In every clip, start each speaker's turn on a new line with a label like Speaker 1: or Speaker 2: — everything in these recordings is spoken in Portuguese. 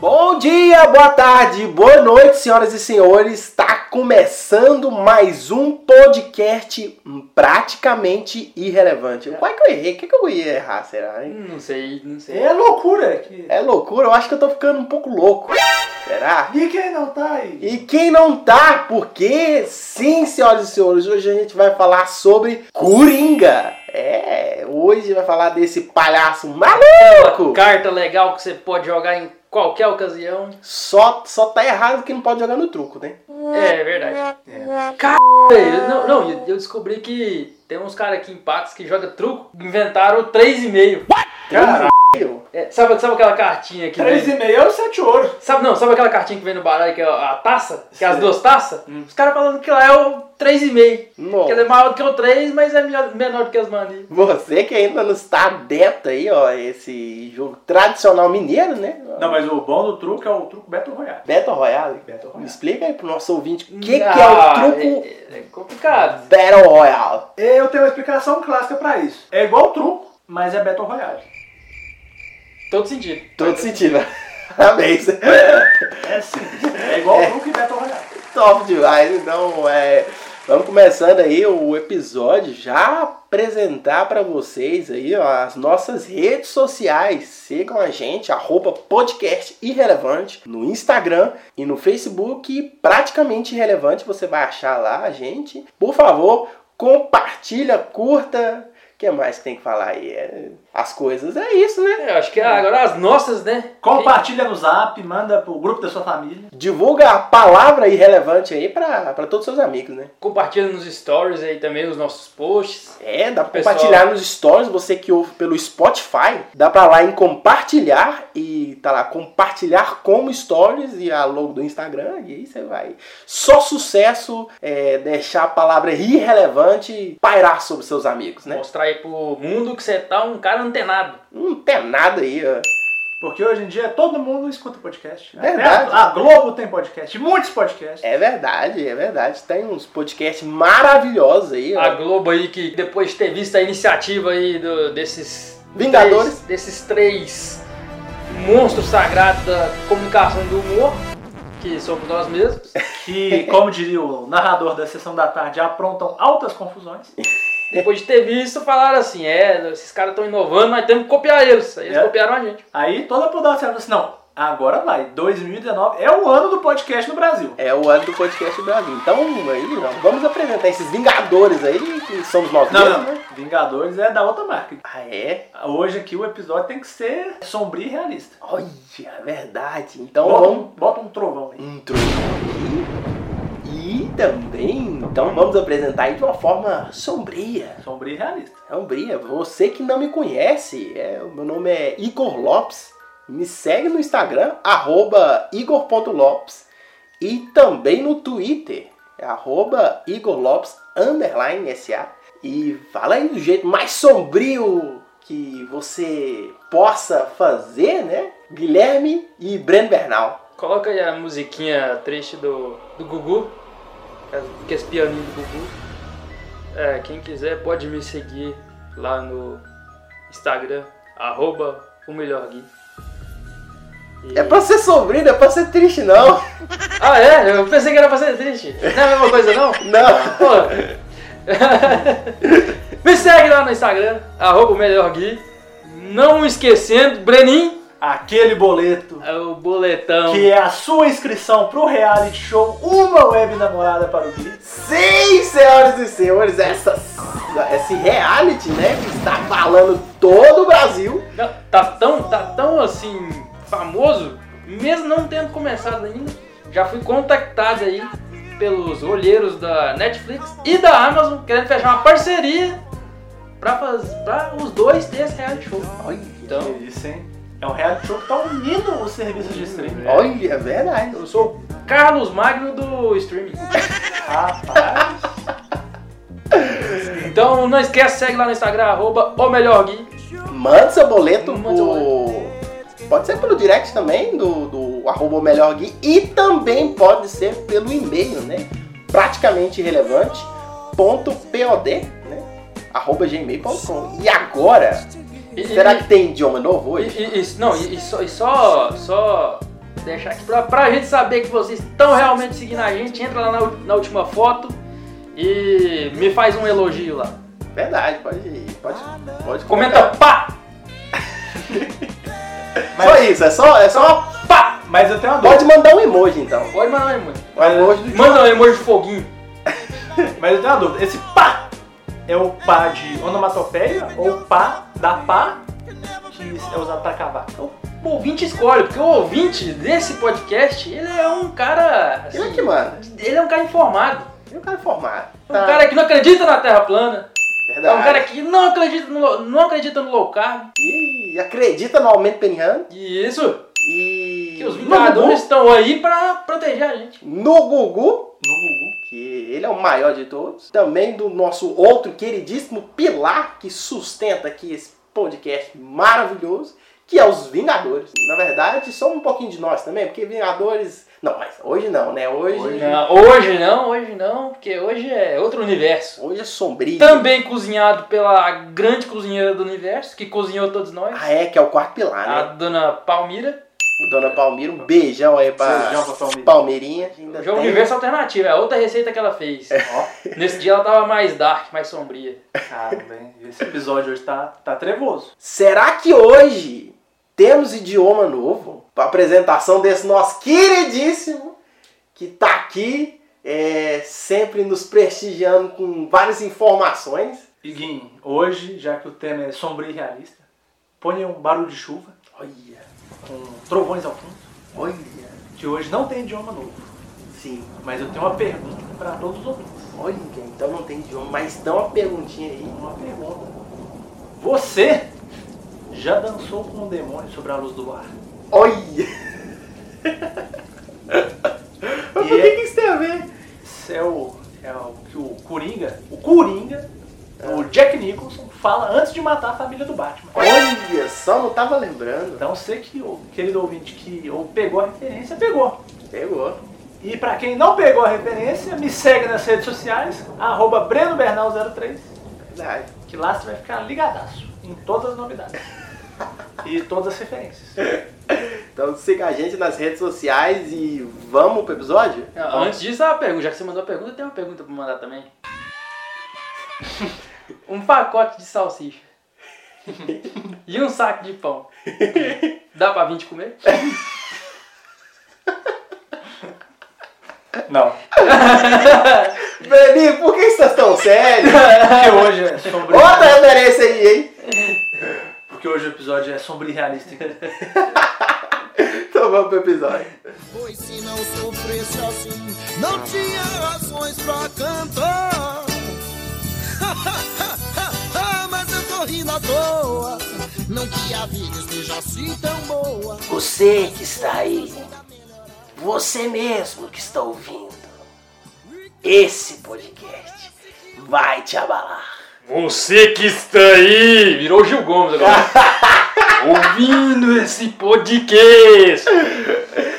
Speaker 1: Bom dia, boa tarde, boa noite, senhoras e senhores. Está começando mais um podcast praticamente irrelevante. Qual é que eu errei? O que, que eu ia errar, será? hein?
Speaker 2: Não sei, não sei.
Speaker 3: É loucura que.
Speaker 1: É loucura, eu acho que eu tô ficando um pouco louco. Será?
Speaker 3: E quem não tá aí?
Speaker 1: E quem não tá, porque sim, senhoras e senhores, hoje a gente vai falar sobre Coringa. É, hoje vai falar desse palhaço maluco.
Speaker 2: Carta legal que você pode jogar em qualquer ocasião.
Speaker 1: Só, só tá errado que não pode jogar no truco, né?
Speaker 2: É, é verdade.
Speaker 3: É.
Speaker 2: Eu- Não, não, eu- eu descobri que tem uns caras aqui em Patos que joga truco, inventaram 3,5.
Speaker 3: Cara,
Speaker 1: Eu.
Speaker 2: É, sabe, sabe aquela cartinha que vem?
Speaker 3: 3,5 é o 7 ouro.
Speaker 2: Sabe não, sabe aquela cartinha que vem no baralho que é a taça? Que é as
Speaker 3: Sei.
Speaker 2: duas taças?
Speaker 1: Hum.
Speaker 2: Os caras falando que lá é o 3,5.
Speaker 1: Nossa.
Speaker 2: Quer dizer, maior do que o 3, mas é melhor- menor do que as manias.
Speaker 1: Você que ainda não está adepto aí, ó, esse jogo tradicional mineiro, né?
Speaker 3: Não, mas o bom do truque é o truque Beto Royale.
Speaker 1: Battle Royale.
Speaker 3: Beto
Speaker 1: Me
Speaker 3: Royale.
Speaker 1: explica aí pro nosso ouvinte o que, que é o
Speaker 2: Ah,
Speaker 1: truco
Speaker 2: É, é complicado.
Speaker 1: Battle Royale.
Speaker 3: Eu tenho uma explicação clássica pra isso. É igual o truco, mas é Beto Royale.
Speaker 2: Todo sentido.
Speaker 1: Todo sentido. Parabéns.
Speaker 3: É simples. É igual o truque e Beto Royale.
Speaker 1: Top demais. Então, é, vamos começando aí o episódio. Já apresentar para vocês aí ó, as nossas redes sociais. Sigam a gente, arroba podcast irrelevante no Instagram e no Facebook. E praticamente irrelevante você vai achar lá a gente. Por favor, compartilha, curta. O que mais que tem que falar aí? É, As coisas é isso, né?
Speaker 2: É, eu acho que agora as nossas, né?
Speaker 3: Compartilha no zap, manda pro grupo da sua família.
Speaker 1: Divulga a palavra irrelevante aí para todos os seus amigos, né?
Speaker 2: Compartilha nos stories aí também os nossos posts.
Speaker 1: É, dá pra
Speaker 2: Pessoal.
Speaker 1: compartilhar nos stories, você que ouve pelo Spotify, dá pra lá em compartilhar e tá lá, compartilhar como stories e a logo do Instagram, e aí você vai. Só sucesso é deixar a palavra irrelevante pairar sobre seus amigos, né?
Speaker 2: Mostrar aí pro mundo que você tá um cara antenado.
Speaker 1: Não tem nada aí, ó.
Speaker 3: Porque hoje em dia todo mundo escuta podcast. né? Até
Speaker 1: Verdade.
Speaker 3: A, a Globo tem podcast, muitos podcasts.
Speaker 1: É verdade, é verdade. Tem uns podcasts maravilhosos aí, ó.
Speaker 2: A Globo aí que depois de ter visto a iniciativa aí do- desses...
Speaker 1: Vingadores.
Speaker 2: três- desses três monstros sagrados da comunicação do humor, que somos nós mesmos.
Speaker 3: Que, como diria o narrador da sessão da tarde, aprontam altas confusões.
Speaker 2: Depois de ter visto, falaram assim, é, esses caras estão inovando, nós temos que copiar eles. Aí eles
Speaker 3: É.
Speaker 2: copiaram a gente.
Speaker 3: Aí toda a pudor falou assim, não, agora vai, 2019 é o ano do podcast no Brasil.
Speaker 1: É o ano do podcast do Brasil. Então, aí, ó, vamos apresentar esses Vingadores aí, que somos nós
Speaker 3: Não,
Speaker 1: mesmos,
Speaker 3: não,
Speaker 1: né?
Speaker 3: Vingadores é da outra marca.
Speaker 1: Ah, é?
Speaker 3: Hoje aqui o episódio tem que ser sombrio e realista.
Speaker 1: Olha, é verdade. Então
Speaker 3: Bota
Speaker 1: vamos.
Speaker 3: um, bota um trovão aí.
Speaker 1: Um trovão aí. E também. Então vamos apresentar aí de uma forma sombria.
Speaker 3: Sombrio e realista.
Speaker 1: Sombria. É um Você que não me conhece, é, o meu nome é Igor Lopes. Me segue no Instagram, arroba igor.lopes. E também no Twitter, é arroba igorlopes, underline SA. E fala aí do jeito mais sombrio que você possa fazer, né? Guilherme e Breno Bernal.
Speaker 2: Coloca aí a musiquinha triste do, do Gugu, as- que é esse pianinho do Gugu. É, quem quiser pode me seguir lá no Instagram, arroba o melhor Gui. E-
Speaker 1: É pra ser sombrio, não é pra ser triste, não.
Speaker 2: Ah é? Eu pensei que era pra ser triste. Não é a mesma coisa não?
Speaker 1: Não.
Speaker 2: Pô. me segue lá no Instagram, arroba o melhor Gui. Não esquecendo, Brenin,
Speaker 3: Aquele boleto
Speaker 2: é o boletão.
Speaker 3: que é a sua inscrição pro reality show Uma Web Namorada para o Gui.
Speaker 1: Sim, senhoras e senhores, essa, esse reality, né, que está falando todo o Brasil.
Speaker 2: Não, tá tão, tá tão assim, famoso, mesmo não tendo começado ainda, já fui contactado aí pelos olheiros da Netflix e da Amazon, querendo fechar uma parceria pra, faz, pra os dois ter esse reality show.
Speaker 1: Olha,
Speaker 2: Então,
Speaker 3: Que Isso, hein? É um reality show que tá unindo os serviços de streaming.
Speaker 2: É.
Speaker 1: olha, é verdade.
Speaker 2: eu sou o Carlos Magno do streaming.
Speaker 3: Rapaz.
Speaker 2: Então, não esquece, segue lá no Instagram, arroba o melhor Gui.
Speaker 1: Manda seu boleto
Speaker 2: Manda
Speaker 1: por... Pode ser pelo direct também do, do o arroba o melhor gui e também pode ser pelo e-mail, né? Praticamente irrelevante, ponto pod, né? arroba gmail.com. E agora,
Speaker 2: E- e-
Speaker 1: será que tem idioma novo
Speaker 2: e-
Speaker 1: hoje?
Speaker 2: e- e- não, e, e só, e só, só deixar aqui pra, pra gente saber que vocês estão realmente seguindo a gente, entra lá na, ul- na última foto e me faz um elogio lá.
Speaker 1: Verdade, pode pode, pode
Speaker 2: Comenta pá,
Speaker 1: comentar. Só isso, é só, é só.
Speaker 2: pá.
Speaker 3: Mas eu tenho uma dúvida.
Speaker 1: Pode mandar um emoji então.
Speaker 2: Pode mandar um emoji.
Speaker 1: Um emoji do
Speaker 2: Manda um emoji de foguinho.
Speaker 3: Mas eu tenho uma dúvida. Esse pá é o pá de onomatopeia ou pá da pá que é usado pra cavar?
Speaker 2: O ouvinte escolhe, porque o ouvinte desse podcast, ele é um cara... assim,
Speaker 1: Ele é que manda.
Speaker 2: ele é um cara informado.
Speaker 1: E o cara formado. tá?
Speaker 2: É um cara que não acredita na Terra plana. É
Speaker 1: Verdade.
Speaker 2: um cara que não acredita no, lo- não acredita no low carb.
Speaker 1: E acredita no aumento peniano.
Speaker 2: E isso,
Speaker 1: E.
Speaker 2: que os né?
Speaker 1: no
Speaker 2: Vingadores estão aí pra proteger a gente.
Speaker 1: Gugu- No Gugu,
Speaker 3: No Gugu.
Speaker 1: que ele é o maior de todos. Também do nosso outro queridíssimo pilar que sustenta aqui esse podcast maravilhoso. Que é os Vingadores. Na verdade, só um pouquinho de nós também, porque Vingadores. Não, mas hoje não, né? Hoje.
Speaker 3: Hoje
Speaker 2: Não, hoje não, hoje não, porque hoje é outro universo.
Speaker 1: Hoje é sombrio.
Speaker 2: Também cozinhado pela grande cozinheira do universo, que cozinhou todos nós,
Speaker 1: Ah, é, que é o quarto pilar, né?
Speaker 2: a dona Palmira.
Speaker 1: Dona Palmira, um beijão aí pra
Speaker 3: Beijão pra Palmeiras.
Speaker 1: Palmeirinha. Ainda
Speaker 2: Hoje é o
Speaker 1: tem- É.
Speaker 2: universo alternativo, é outra receita que ela fez.
Speaker 3: Ó,
Speaker 2: Nesse dia ela tava mais dark, mais sombria.
Speaker 3: caramba, hein? Esse episódio hoje tá, tá trevoso.
Speaker 1: Será que hoje temos idioma novo? Pra apresentação desse nosso queridíssimo que tá aqui é, sempre nos prestigiando com várias informações.
Speaker 3: Iguinho, hoje, já que o tema é sombrio e realista, ponha um barulho de chuva
Speaker 1: Olha,
Speaker 3: com trovões ao fundo,
Speaker 1: olha,
Speaker 3: que hoje não tem idioma novo.
Speaker 1: sim,
Speaker 3: Mas eu tenho uma pergunta pra todos os ouvintes.
Speaker 1: olha, então não tem idioma, mas dá uma perguntinha aí.
Speaker 3: Uma pergunta. Você já dançou com um demônio sobre a luz do ar?
Speaker 1: Olha! Mas por
Speaker 3: é
Speaker 1: que, que isso tem a ver?
Speaker 3: Isso é o, é o que o Coringa, o Coringa, o Jack Nicholson, fala antes de matar a família do Batman.
Speaker 1: Olha, só não tava lembrando.
Speaker 3: Então você que, o querido ouvinte, que ou pegou a referência, pegou.
Speaker 1: Pegou. é
Speaker 3: E pra quem não pegou a referência, me segue nas redes sociais, arroba brenobernal03,
Speaker 1: Verdade.
Speaker 3: que lá você vai ficar ligadaço em todas as novidades. E todas as referências.
Speaker 1: Então siga a gente nas redes sociais e vamos pro episódio?
Speaker 2: Antes disso, a pergunta, já que você mandou a pergunta, tem uma pergunta pra mandar também. Um pacote de salsicha. E um saco de pão. Dá pra 20 comer?
Speaker 3: Não.
Speaker 1: Beni, por que estás tão sério?
Speaker 3: Porque hoje é sobre.
Speaker 1: Outra referência aí, hein?
Speaker 3: Porque hoje o episódio é sombrio e realista.
Speaker 1: Então vamos pro episódio.
Speaker 4: Pois se não sofresse assim, não tinha razões pra cantar. Mas eu tô rindo à toa. Não que a vida esteja assim tão boa.
Speaker 1: Você que está aí, você mesmo que está ouvindo, esse podcast vai te abalar.
Speaker 2: Você que está aí! Virou Gil Gomes agora. Ouvindo esse podcast!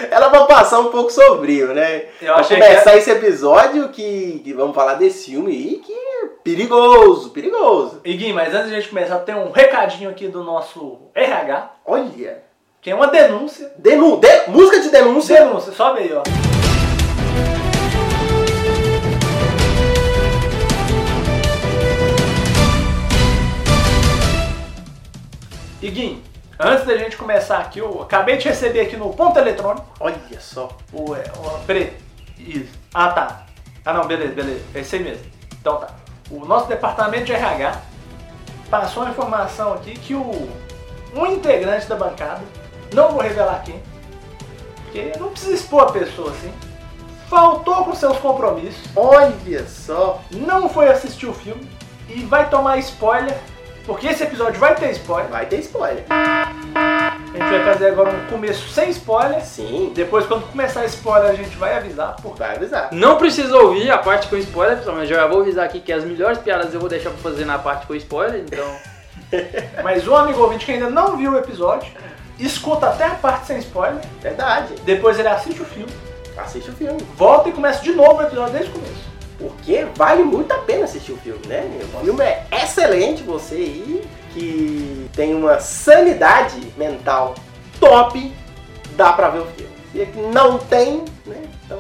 Speaker 1: Ela vai passar um pouco sombrio, né?
Speaker 3: Eu
Speaker 1: Pra
Speaker 3: achei que
Speaker 1: começar esse episódio que, que vamos falar desse filme aí que é perigoso, perigoso.
Speaker 3: E Gui, mas antes de a gente começar, tem um recadinho aqui do nosso RH,
Speaker 1: Olha,
Speaker 3: que é uma denúncia.
Speaker 1: denu de- música de denúncia.
Speaker 3: Denúncia, sobe aí, ó. E Gui, antes da gente começar aqui, eu acabei de receber aqui no ponto eletrônico
Speaker 1: Olha só.
Speaker 3: o, é, o- peraí. Isso. Ah, tá. Ah, não, beleza, beleza. É isso aí mesmo. Então tá. O nosso departamento de RH passou uma informação aqui que o um integrante da bancada, não vou revelar quem, porque não precisa expor a pessoa assim, faltou com seus compromissos,
Speaker 1: Olha só.
Speaker 3: não foi assistir o filme e vai tomar spoiler, porque esse episódio vai ter spoiler.
Speaker 1: Vai ter spoiler.
Speaker 3: A gente vai fazer agora um começo sem spoiler.
Speaker 1: Sim,
Speaker 3: Depois, quando começar spoiler, a gente vai avisar, porque
Speaker 1: vai avisar.
Speaker 2: Não precisa ouvir a parte com spoiler, pessoal, mas já vou avisar aqui que as melhores piadas eu vou deixar pra fazer na parte com spoiler, então.
Speaker 3: Mas um amigo ouvinte que ainda não viu o episódio escuta até a parte sem spoiler,
Speaker 1: Verdade.
Speaker 3: depois ele assiste o filme,
Speaker 1: Assiste o filme.
Speaker 3: volta e começa de novo o episódio desde o começo.
Speaker 1: Porque vale muito a pena assistir o filme, né? O filme é excelente, você aí que tem uma sanidade mental top, dá pra ver o filme. Você que não tem, né? Então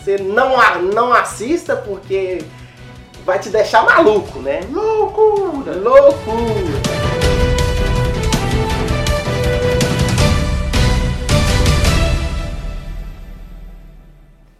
Speaker 1: você não, a- não assista porque vai te deixar maluco, né? Loucura! Loucura!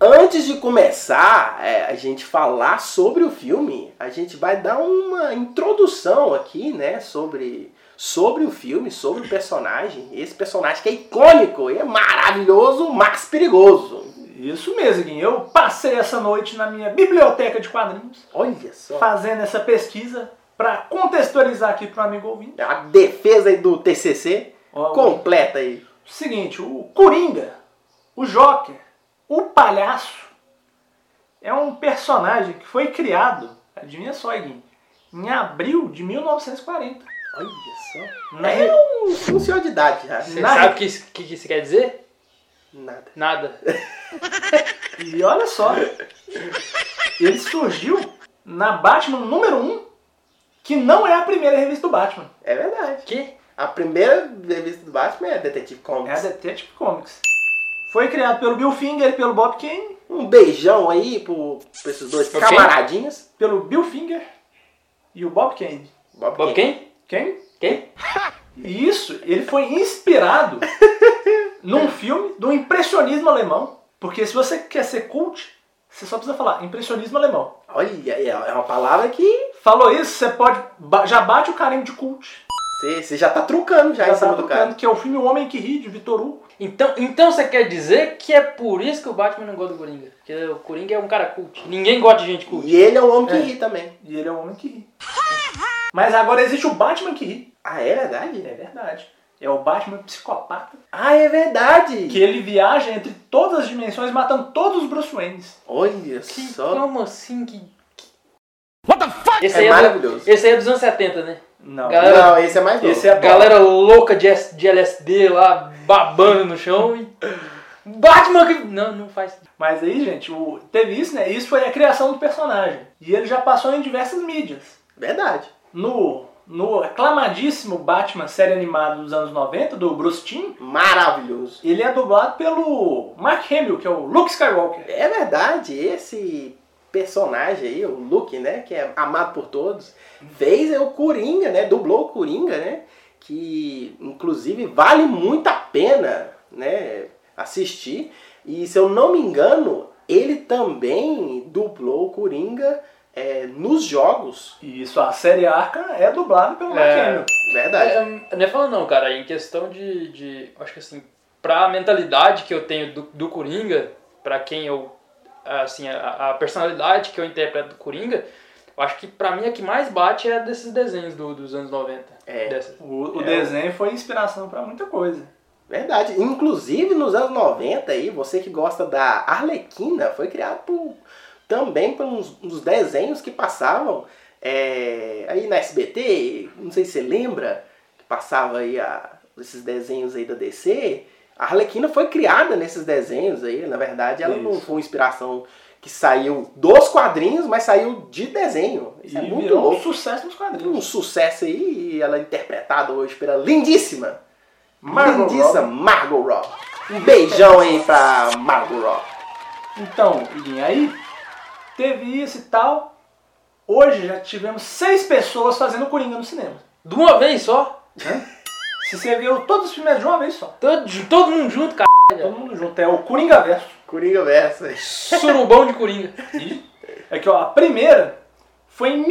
Speaker 1: Antes de começar é, a gente falar sobre o filme, a gente vai dar uma introdução aqui, né, sobre, sobre o filme, sobre o personagem. Esse personagem que é icônico, e é maravilhoso, mas perigoso.
Speaker 3: Isso mesmo, Guinho. Eu passei essa noite na minha biblioteca de quadrinhos,
Speaker 1: Olha só.
Speaker 3: fazendo essa pesquisa pra contextualizar aqui pro amigo ouvinte.
Speaker 1: A defesa aí do TCC
Speaker 3: Ó,
Speaker 1: completa aí.
Speaker 3: Seguinte, o Coringa, o Joker, o Palhaço, é um personagem que foi criado, adivinha só, Guinho, em abril de 1940.
Speaker 1: Olha só.
Speaker 3: Na
Speaker 1: É
Speaker 3: re-
Speaker 1: um, um senhor de idade já.
Speaker 2: Você
Speaker 3: Na-
Speaker 2: sabe o que, isso- que, que isso quer dizer?
Speaker 1: Nada.
Speaker 2: Nada.
Speaker 3: E olha só, ele surgiu na Batman número 1, que não é a primeira revista do Batman,
Speaker 1: É verdade.
Speaker 2: Que?
Speaker 1: A primeira revista do Batman é Detetive
Speaker 3: é a
Speaker 1: Comics.
Speaker 3: Detective Comics. Foi criado pelo Bill Finger e pelo Bob Kane,
Speaker 1: Um beijão aí pro, pra esses dois
Speaker 2: Ok.
Speaker 1: camaradinhos.
Speaker 3: pelo Bill Finger e o Bob Kane.
Speaker 1: Bob
Speaker 2: Bob quem?
Speaker 3: Kane?
Speaker 2: Quem?
Speaker 3: E isso, ele foi inspirado num filme do impressionismo alemão. Porque se você quer ser cult, você só precisa falar impressionismo alemão.
Speaker 1: Olha, é é uma palavra que
Speaker 3: Falou isso, você pode. ba- Já bate o carimbo de cult.
Speaker 1: você você já tá trucando já, em cima
Speaker 3: tá
Speaker 1: do cara.
Speaker 3: tocando, que é o filme O Homem que Ri, de Vitor Hugo.
Speaker 2: Então, então você quer dizer que é por isso que o Batman não gosta do Coringa? Porque o Coringa é um cara cult. Ninguém gosta de gente cult.
Speaker 1: E ele é um homem que
Speaker 3: É.
Speaker 1: ri também.
Speaker 3: E ele é o homem que ri. Mas agora existe o Batman que ri.
Speaker 1: Ah, é verdade?
Speaker 3: É verdade. É o Batman psicopata.
Speaker 1: Ah, é verdade!
Speaker 3: Que ele viaja entre todas as dimensões, matando todos os Bruce Waynes.
Speaker 1: Olha
Speaker 2: Que,
Speaker 1: só.
Speaker 2: como assim que...
Speaker 4: What the fuck?
Speaker 2: Esse,
Speaker 1: É
Speaker 2: aí é do-
Speaker 1: maravilhoso.
Speaker 2: esse aí é dos anos 70, né?
Speaker 3: Não.
Speaker 2: Galera,
Speaker 1: Não, esse é mais novo.
Speaker 3: Esse é a
Speaker 2: Galera louca de, S- de LSD lá, babando no chão e... Batman que... Não, não faz...
Speaker 3: Mas aí, gente, o- teve isso, né? Isso foi a criação do personagem. E ele já passou em diversas mídias.
Speaker 1: Verdade.
Speaker 3: No, no aclamadíssimo Batman série animada dos anos 90, do Bruce Timm,
Speaker 1: Maravilhoso.
Speaker 3: ele é dublado pelo Mark Hamill, que é o Luke Skywalker.
Speaker 1: É verdade, esse personagem aí, o Luke, né, que é amado por todos, fez o Coringa, né, dublou o Coringa, né, que inclusive vale muito a pena, né, assistir. E se eu não me engano, ele também dublou o Coringa é, nos jogos.
Speaker 3: E isso, a série Arkham é dublada pelo Mark
Speaker 2: É.
Speaker 3: Hamill.
Speaker 1: Verdade.
Speaker 2: É, não é falando não, cara. Em questão de, de... Acho que assim, pra mentalidade que eu tenho do, do Coringa, pra quem eu... Assim, a, a personalidade que eu interpreto do Coringa, eu acho que pra mim a que mais bate é a desses desenhos do- dos anos 90.
Speaker 1: É.
Speaker 2: Dessa-
Speaker 3: O, o
Speaker 2: É.
Speaker 3: desenho foi inspiração pra muita coisa.
Speaker 1: Verdade. Inclusive nos anos 90 aí, você que gosta da Arlequina, foi criado por, também por uns, uns desenhos que passavam é, aí na SBT, não sei se você lembra, que passava aí a- esses desenhos aí da DC. A Arlequina foi criada nesses desenhos aí, na verdade ela não
Speaker 3: Isso.
Speaker 1: foi uma inspiração que saiu dos quadrinhos, mas saiu de desenho. Isso
Speaker 3: e
Speaker 1: é muito
Speaker 3: virou um
Speaker 1: louco.
Speaker 3: sucesso nos
Speaker 1: Um
Speaker 3: quadrinhos.
Speaker 1: sucesso aí e ela é interpretada hoje pela lindíssima
Speaker 3: Margot
Speaker 1: Lindíssima
Speaker 3: Robbie.
Speaker 1: Margot Robbie. Um beijão aí pra Margot Robbie.
Speaker 3: Então, Iguinho, aí teve isso e tal. Hoje já tivemos seis pessoas fazendo Coringa no cinema.
Speaker 2: De uma vez só.
Speaker 3: Se você viu todos os filmes de uma vez só.
Speaker 2: Todo, todo mundo junto, cara.
Speaker 3: Todo mundo junto. É o Coringa Verso.
Speaker 1: Coringa Versa.
Speaker 2: Surubão de Coringa.
Speaker 3: É que ó, a primeira foi em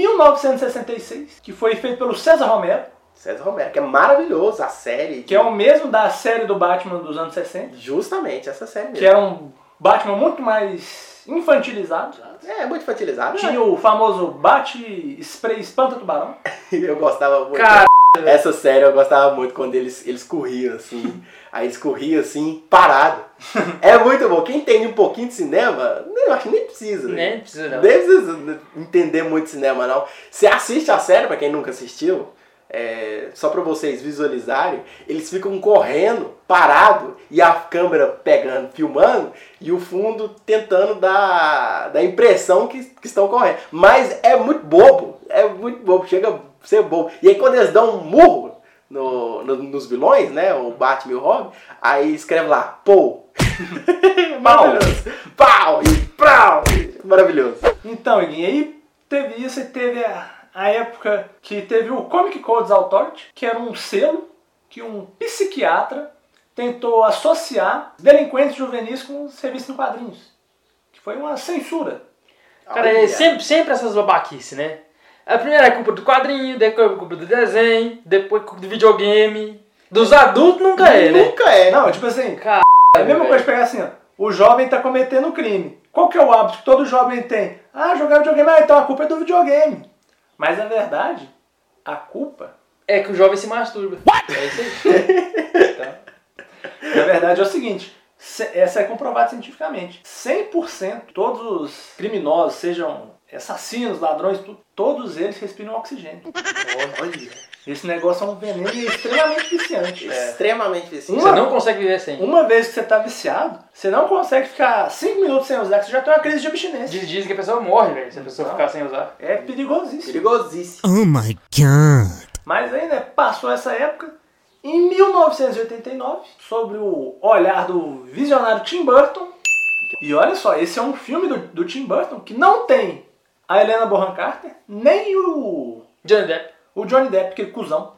Speaker 3: 1966, que foi feito pelo César Romero,
Speaker 1: César Romero, que é maravilhoso a série.
Speaker 3: que é o mesmo da série do Batman dos anos 60,
Speaker 1: Justamente essa série
Speaker 3: que
Speaker 1: mesmo.
Speaker 3: era um Batman muito mais infantilizado.
Speaker 1: É, muito infantilizado. né?
Speaker 3: Tinha o famoso bate spray espanta tubarão.
Speaker 1: Eu gostava muito.
Speaker 2: Cara,
Speaker 1: Essa série eu gostava muito quando eles, eles corriam assim. Aí eles corriam assim, parado. É muito bom. Quem entende um pouquinho de cinema, eu acho que nem precisa. né?
Speaker 2: nem precisa não.
Speaker 1: Nem precisa entender muito cinema, não. Você assiste a série, pra quem nunca assistiu, é, só para vocês visualizarem, eles ficam correndo, parado, e a câmera pegando, filmando, e o fundo tentando dar, dar a impressão que, que estão correndo. Mas é muito bobo, é muito bobo, chega a ser bobo. E aí quando eles dão um murro no, no- nos vilões, né, o Batman e o Robin, aí escreve lá, pô, maravilhoso, pau, e prau, maravilhoso.
Speaker 3: Então, Iguinho, aí teve isso e teve a, a época que teve o Comic Codes Authority, que era um selo que um psiquiatra tentou associar delinquentes juvenis com os revistas em quadrinhos. Que foi uma censura.
Speaker 2: Cara, é sempre, sempre essas babaquice, né? A primeira é culpa do quadrinho, depois é culpa do desenho, depois é culpa do videogame. Dos adultos nunca é, né?
Speaker 1: Nunca é.
Speaker 3: Não, tipo assim,
Speaker 2: Caralho,
Speaker 3: é a mesma
Speaker 2: velho.
Speaker 3: coisa de pegar assim, ó, o jovem tá cometendo um crime. Qual que é o hábito que todo jovem tem? Ah, jogar videogame, ah, então a culpa é do videogame. Mas na verdade, a culpa
Speaker 2: É que o jovem se masturba. É isso aí.
Speaker 3: Na verdade é o seguinte, se- essa é comprovada cientificamente. 100% todos os criminosos, sejam assassinos, ladrões, tu- todos eles respiram oxigênio. Esse negócio é um veneno extremamente
Speaker 2: É.
Speaker 3: viciante.
Speaker 1: É. Extremamente difícil.
Speaker 2: Você não consegue viver sem.
Speaker 3: Uma vez que você tá viciado, você não consegue ficar 5 minutos sem usar, que você já tem uma crise de abstinência.
Speaker 2: Diz- Dizem que a pessoa morre, velho, se a pessoa
Speaker 3: Não.
Speaker 2: ficar sem usar.
Speaker 3: É perigosíssimo.
Speaker 1: Perigosíssimo.
Speaker 4: Oh my god.
Speaker 3: Mas aí, né, passou essa época. Em 1989, sobre o olhar do visionário Tim Burton. E olha só, esse é um filme do, do Tim Burton que não tem a Helena Bonham Carter, nem o,
Speaker 2: Johnny Depp.
Speaker 3: o Johnny Depp, que é cuzão.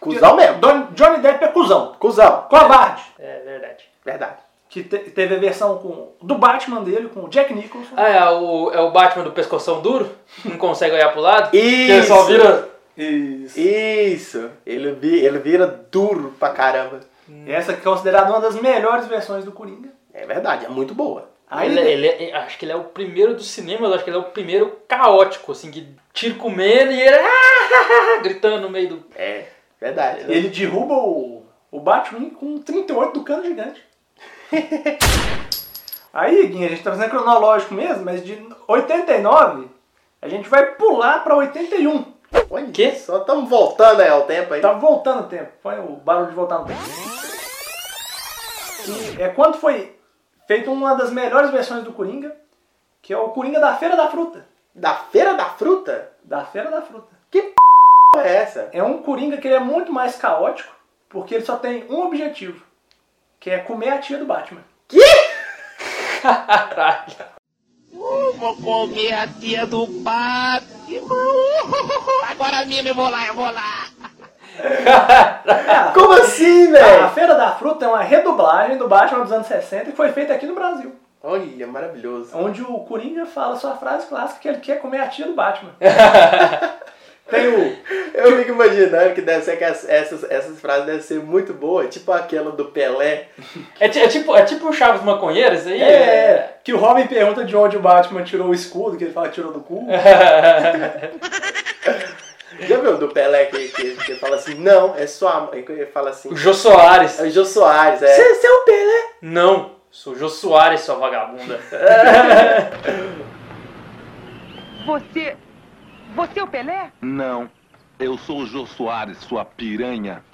Speaker 1: Cusão mesmo.
Speaker 3: Don- Johnny Depp é cuzão.
Speaker 1: Cusão.
Speaker 3: Covarde.
Speaker 2: É verdade.
Speaker 1: Verdade.
Speaker 3: Que te- teve a versão com, do Batman dele, com o Jack Nicholson.
Speaker 2: Ah, é o, é o Batman do pescoção duro? Não consegue olhar pro lado? Que ele
Speaker 1: Isso.
Speaker 2: só vira.
Speaker 3: Isso.
Speaker 1: Isso. Ele, vi- ele vira duro pra caramba.
Speaker 3: Essa que é considerada uma das melhores versões do Coringa.
Speaker 1: É verdade, é muito boa.
Speaker 3: Aí,
Speaker 2: ele, ele é- acho que ele é o primeiro do cinema, eu acho que ele é o primeiro caótico, assim, que tiro comendo e ele ah, gritando no meio do.
Speaker 1: É, verdade.
Speaker 3: ele derruba o, o Batwing com um 38 do cano gigante. Aí, Guinha, a gente tá fazendo cronológico mesmo, mas de 89 a gente vai pular pra 81.
Speaker 1: Olha
Speaker 2: Quê?
Speaker 1: Só estamos voltando aí ao tempo aí.
Speaker 3: Tá voltando o tempo. Põe o barulho de voltar no tempo. E é quando foi feita uma das melhores versões do Coringa, que é o Coringa da Feira da Fruta.
Speaker 1: Da Feira da Fruta?
Speaker 3: Da Feira da Fruta.
Speaker 1: Qual é essa?
Speaker 3: É um Coringa que ele é muito mais caótico, porque ele só tem um objetivo, que é comer a tia do Batman.
Speaker 2: Caralho.
Speaker 5: Vou comer a tia do Batman. Agora mesmo eu vou lá, eu vou lá.
Speaker 3: É,
Speaker 1: Como assim,
Speaker 3: A
Speaker 1: velho?
Speaker 3: Feira da Fruta é uma redublagem do Batman dos anos 60 que foi feita aqui no Brasil.
Speaker 1: Olha, maravilhoso.
Speaker 3: Onde o Coringa fala sua frase clássica que ele quer comer a tia do Batman. Tem o.
Speaker 1: Eu fico imaginando que deve ser que as- essas, essas frases devem ser muito boas, tipo aquela do Pelé.
Speaker 2: É, ti- é tipo, é tipo o Chaves Maconheiro, isso aí?
Speaker 3: É, que o Robin pergunta de onde o Batman tirou o escudo, que ele fala que tirou do cu.
Speaker 1: Já viu do Pelé que, que, que fala assim, não, é sua. Ele fala assim.
Speaker 2: o Jô Soares.
Speaker 1: É o Jô Soares, é.
Speaker 3: Você é o Pelé?
Speaker 2: Não, sou o Jô Soares, sua vagabunda.
Speaker 6: Você. Você é o Pelé?
Speaker 7: Não. Eu sou o Jô Soares, sua piranha.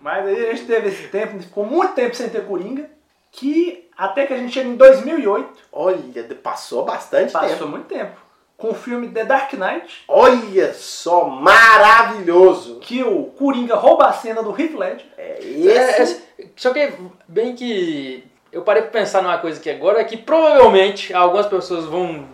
Speaker 3: Mas aí a gente teve esse tempo, ficou muito tempo sem ter Coringa, que até que a gente chega em 2008,
Speaker 1: Olha, passou bastante tempo.
Speaker 3: passou muito tempo, com o filme The Dark Knight,
Speaker 1: Olha só, maravilhoso!
Speaker 3: que o Coringa rouba a cena do Heath Ledger.
Speaker 1: É
Speaker 2: É,
Speaker 1: esse.
Speaker 2: é, só que, bem que eu parei pra pensar numa coisa aqui agora, é que provavelmente algumas pessoas vão.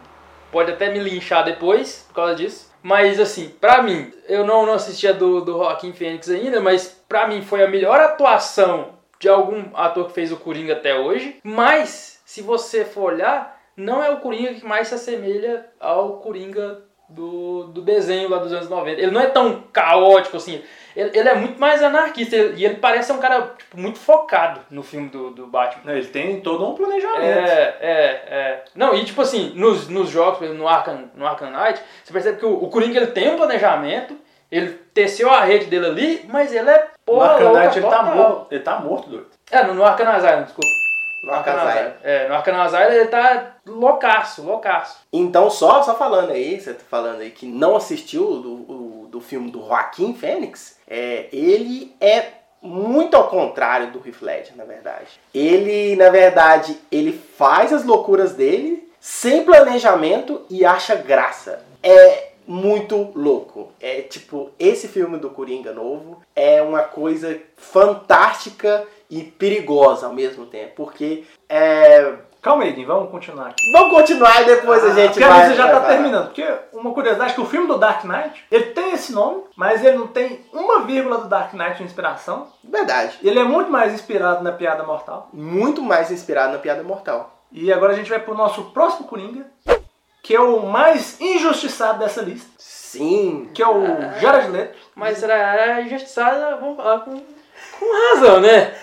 Speaker 2: Pode até me linchar depois por causa disso. Mas assim, pra mim, eu não, não assisti a do, do Joaquim Fênix ainda, mas pra mim foi a melhor atuação de algum ator que fez o Coringa até hoje. Mas, se você for olhar, não é o Coringa que mais se assemelha ao Coringa do, do desenho lá dos anos 90. Ele não é tão caótico assim. Ele, ele é muito mais anarquista ele- e ele parece ser um cara tipo, muito focado no filme do, do Batman.
Speaker 3: Ele tem todo um
Speaker 2: É,
Speaker 3: planejamento.
Speaker 2: é, é. Não, e tipo assim, nos, nos jogos, por exemplo, no Arkham, no Arkham Knight, você percebe que o, o Coringa ele tem um planejamento, ele teceu a rede dele ali, mas ele é
Speaker 3: O
Speaker 2: porra
Speaker 3: Arkham
Speaker 2: louca
Speaker 3: Knight, ele tá
Speaker 2: total.
Speaker 3: morto. Ele tá morto, doido.
Speaker 2: É, no, no Arkham Asylum, desculpa.
Speaker 1: No Arkham Asylum.
Speaker 2: É, no Arkham Asylum ele tá loucaço, loucaço.
Speaker 1: Então, só, só falando aí, você tá falando aí que não assistiu o do, o do do filme do Joaquim Fênix, é, ele é muito ao contrário do Heath Ledger, na verdade. Ele, na verdade, ele faz as loucuras dele sem planejamento e acha graça. É muito louco. É tipo, esse filme do Coringa novo é uma coisa fantástica e perigosa ao mesmo tempo, porque é,
Speaker 3: Calma aí, Gui, vamos continuar aqui.
Speaker 1: Vamos continuar e depois a gente
Speaker 3: porque
Speaker 1: vai.
Speaker 3: Porque já
Speaker 1: vai
Speaker 3: tá
Speaker 1: falar.
Speaker 3: terminando. Porque uma curiosidade é que o filme do Dark Knight, ele tem esse nome, mas ele não tem uma vírgula do Dark Knight de inspiração.
Speaker 1: Verdade.
Speaker 3: Ele é muito mais inspirado na Piada Mortal.
Speaker 1: Muito mais inspirado na Piada Mortal.
Speaker 3: E agora a gente vai pro nosso próximo Coringa, que é o mais injustiçado dessa lista,
Speaker 1: Sim.
Speaker 3: que é o Jared Leto.
Speaker 2: Mas será é, injustiçada, vamos falar com, com razão, né?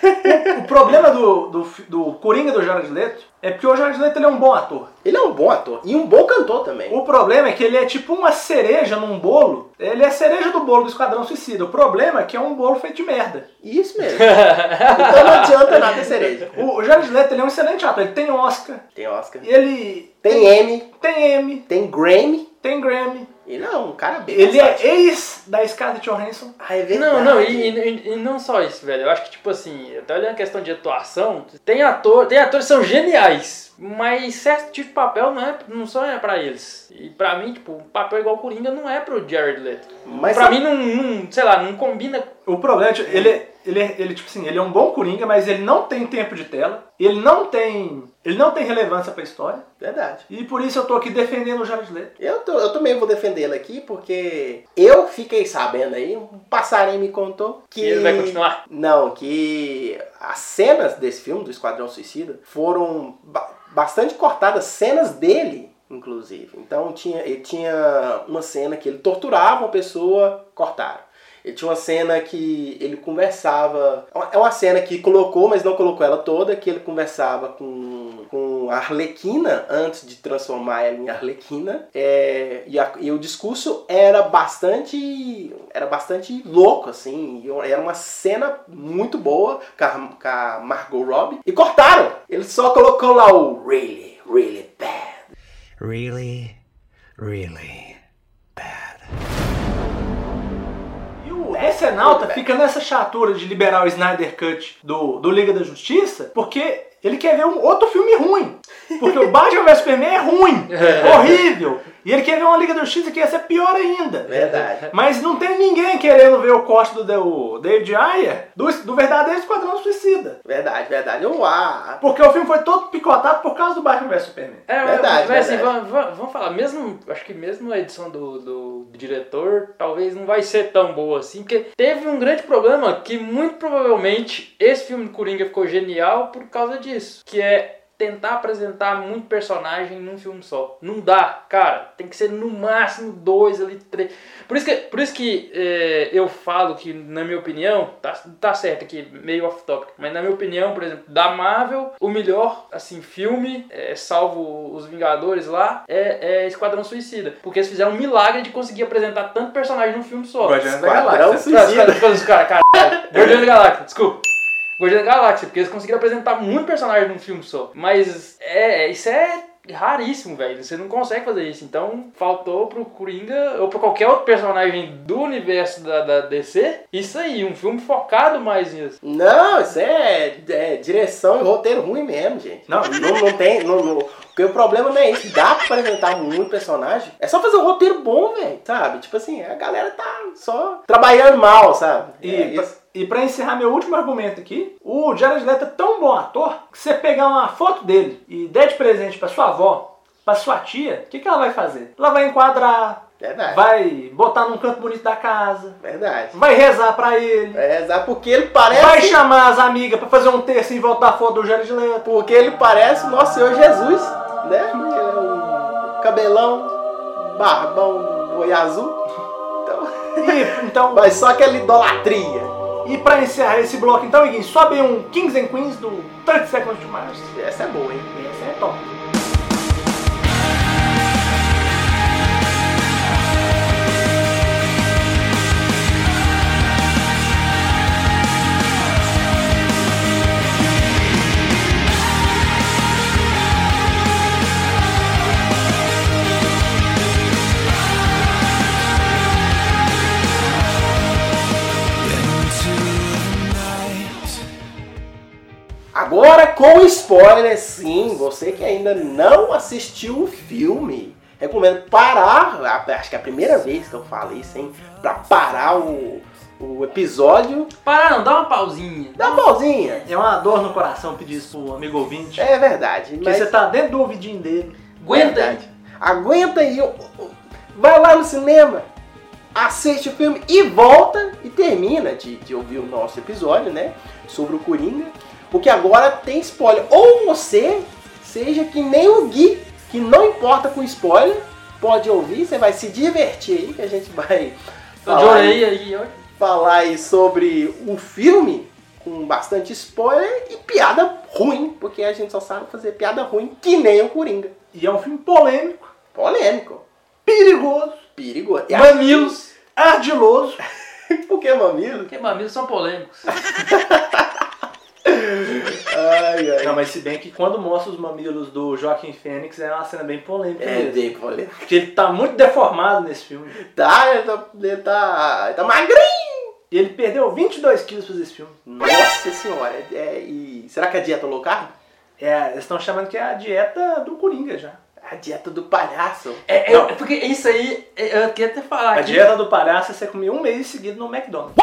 Speaker 3: O problema do, do, fi- do Coringa do Jared Leto é porque o Jared Leto ele é um bom ator.
Speaker 1: Ele é um bom ator e um bom cantor também.
Speaker 3: O problema é que ele é tipo uma cereja num bolo. Ele é a cereja do bolo do Esquadrão Suicida. O problema é que é um bolo feito de merda.
Speaker 1: Isso mesmo. então não adianta nada ter cereja.
Speaker 3: O Jared Leto ele é um excelente ator. Ele tem Oscar,
Speaker 1: Tem Oscar.
Speaker 3: ele
Speaker 1: Tem M,
Speaker 3: tem M,
Speaker 1: tem Grammy.
Speaker 3: tem Grammy.
Speaker 1: Ele é um cara bem.
Speaker 3: Ele é
Speaker 1: versátil.
Speaker 3: ex da Scarlett Johansson.
Speaker 1: Ah, é verdade.
Speaker 2: Não, não, e, e- e não só isso, velho. Eu acho que, tipo assim, até olhando a questão de atuação, tem ator, tem atores que são geniais, mas certo tipo de papel não, é, não só é pra eles. E pra mim, tipo, um papel igual Coringa não é pro Jared Leto.
Speaker 1: Mas
Speaker 2: pra
Speaker 1: sabe-
Speaker 2: mim, não, não- sei lá, não combina.
Speaker 3: O problema é que ele, é- ele, é- ele, tipo assim, ele é um bom Coringa, mas ele não tem tempo de tela, ele não tem. Ele não tem relevância pra história.
Speaker 1: Verdade.
Speaker 3: E por isso eu tô aqui defendendo o Jared Leto.
Speaker 1: Eu, tô- eu também vou defendê-lo aqui porque eu fiquei sabendo aí, um passarinho me contou que.
Speaker 2: E ele vai continuar.
Speaker 1: Não, que as cenas desse filme, do Esquadrão Suicida, foram ba- bastante cortadas, cenas dele, inclusive. Então tinha, ele tinha uma cena que ele torturava uma pessoa, cortaram. Ele tinha uma cena que ele conversava. É uma cena que colocou, mas não colocou ela toda, que ele conversava com, com a Arlequina antes de transformar ela em Arlequina. É, e, a- e o discurso era bastante. Era bastante louco, assim. e eu- Era uma cena muito boa com a, com a Margot Robbie. E cortaram! Ele só colocou lá o Really, really bad.
Speaker 4: Really, really.
Speaker 3: E o Essenalta fica nessa chatura de liberar o Snyder Cut do, do Liga da Justiça, porque ele quer ver um outro filme ruim. Porque o Batman vs Superman é ruim, horrível. E ele quer ver uma Liga da Justiça que ia ser pior ainda.
Speaker 1: Verdade.
Speaker 3: Mas não tem ninguém querendo ver o corte do, do David Ayer do, do verdadeiro Esquadrão Suicida.
Speaker 1: Verdade, verdade. Eu, ah,
Speaker 3: Porque o filme foi todo picotado por causa do Batman vs Superman.
Speaker 2: É,
Speaker 1: Verdade,
Speaker 2: mas assim,
Speaker 1: verdade.
Speaker 2: vamos, vamos- vamos falar, mesmo, acho que mesmo a edição do, do diretor, talvez não vai ser tão boa assim, porque teve um grande problema que muito provavelmente esse filme do Coringa ficou genial por causa disso, que é tentar apresentar muito personagem num filme só. Não dá, cara, tem que ser no máximo dois ali, três. Por isso que, por isso que é, eu falo que, na minha opinião, tá, tá certo aqui, meio off-topic, mas na minha opinião, por exemplo, da Marvel, o melhor, assim, filme, é, salvo os Vingadores lá, é, é Esquadrão Suicida. Porque eles fizeram um milagre de conseguir apresentar tanto personagem num filme só.
Speaker 3: Guardiões da
Speaker 1: Esquadrão
Speaker 3: Galáxia.
Speaker 1: Suicida.
Speaker 2: Cara, cara, Guardiões da Galáxia, desculpa. Guardiões da Galáxia, porque eles conseguiram apresentar muito personagem num filme só. Mas é, isso é raríssimo, velho. Você não consegue fazer isso. Então faltou pro Coringa ou pra qualquer outro personagem do universo da, da DC isso aí, um filme focado mais nisso.
Speaker 1: Não, isso é, é direção e roteiro ruim mesmo, gente.
Speaker 3: Não.
Speaker 1: não, não tem. Não, não- porque o problema não é isso. Dá pra apresentar muito personagem. É só fazer um roteiro bom, velho. Sabe? Tipo assim, a galera tá só trabalhando mal, sabe?
Speaker 3: E,
Speaker 1: É
Speaker 3: pra,
Speaker 1: isso.
Speaker 3: e pra encerrar meu último argumento aqui, o Jared Leto é tão bom ator que você pegar uma foto dele e der de presente pra sua avó, pra sua tia, o que, que ela vai fazer? Ela vai enquadrar,
Speaker 1: Verdade.
Speaker 3: vai botar num canto bonito da casa,
Speaker 1: Verdade.
Speaker 3: vai rezar pra ele,
Speaker 1: É, assim. exato, porque ele parece.
Speaker 3: vai chamar as amigas pra fazer um texto em volta da foto do Jared Leto.
Speaker 1: Porque ele parece o nosso Senhor Jesus, né? Ele é um cabelão, barbão, boi azul. Então,
Speaker 3: E, então,
Speaker 1: mas só aquela idolatria.
Speaker 3: e pra encerrar esse bloco, então, Iguinho, sobe um Kings and Queens do 30 Seconds to Mars.
Speaker 1: Essa é boa, hein?
Speaker 3: Esse é top.
Speaker 8: Thank
Speaker 1: com spoiler, sim. Você que ainda não assistiu o filme, recomendo parar. a- Acho que é a primeira vez que eu falei isso, hein? Pra parar o, o episódio.
Speaker 2: Parar não, dá uma pausinha.
Speaker 1: Dá uma pausinha.
Speaker 3: É uma dor no coração pedir isso pro amigo ouvinte.
Speaker 1: É verdade.
Speaker 3: Porque
Speaker 1: mas-
Speaker 3: você tá dentro do ouvidinho dele.
Speaker 2: Aguenta aí.
Speaker 1: Verdade. Aguenta aí. ó, ó, Vai lá no cinema, assiste o filme e volta e termina de, de ouvir o nosso episódio, né? Sobre o Coringa. Porque agora tem spoiler. Ou você, seja que nem o Gui, que não importa com spoiler, pode ouvir, você vai se divertir aí, que a gente vai
Speaker 2: Tô de
Speaker 1: falar aí-
Speaker 2: orelha aí, ó.
Speaker 1: falar aí sobre o filme com bastante spoiler e piada ruim, porque a gente só sabe fazer piada ruim que nem o Coringa.
Speaker 3: E é um filme polêmico,
Speaker 1: Polêmico.
Speaker 3: perigoso,
Speaker 1: Perigoso. E
Speaker 3: mamilos, ardiloso.
Speaker 1: aqui, Por que mamilos?
Speaker 2: Porque mamilos são polêmicos.
Speaker 1: Ai, ai.
Speaker 3: Não, mas se bem que quando mostra os mamilos do Joaquim Fênix é uma cena bem polêmica
Speaker 1: É,
Speaker 3: mesmo.
Speaker 1: bem polêmico.
Speaker 3: Porque ele tá muito deformado nesse filme.
Speaker 1: Tá, ele tá, ele tá, ele tá magrinho.
Speaker 3: E ele perdeu 22 quilos pra fazer esse filme.
Speaker 1: Nossa senhora. é, e será que é a dieta low carb?
Speaker 3: É, eles estão chamando que é a dieta do Coringa já.
Speaker 1: A dieta do palhaço.
Speaker 2: É, é- porque isso aí, é- eu queria até falar
Speaker 3: A
Speaker 2: aqui.
Speaker 3: dieta do palhaço é você comer um mês seguido no McDonald's.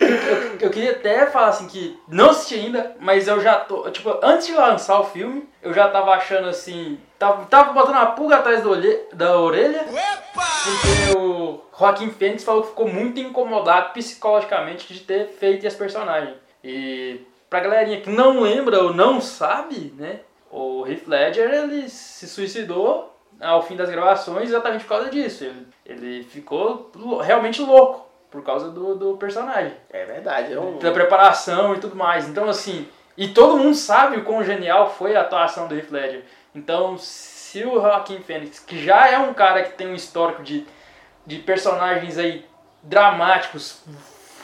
Speaker 2: Eu, eu queria até falar assim que não assisti ainda, mas eu já tô. Tipo, antes de lançar o filme, eu já tava achando assim. Tava, tava botando uma pulga atrás da, olhe- da orelha. Porque o Joaquim Fênix falou que ficou muito incomodado psicologicamente de ter feito esse personagem. E pra galerinha que não lembra ou não sabe, né? O Heath Ledger ele se suicidou ao fim das gravações exatamente por causa disso. Ele, ele ficou lou- realmente louco por causa do, do personagem
Speaker 1: É verdade, é um...
Speaker 2: da preparação e tudo mais. Então, assim, e todo mundo sabe o quão genial foi a atuação do Heath Ledger. Então, se o Joaquim Fênix, que já é um cara que tem um histórico de, de personagens aí dramáticos,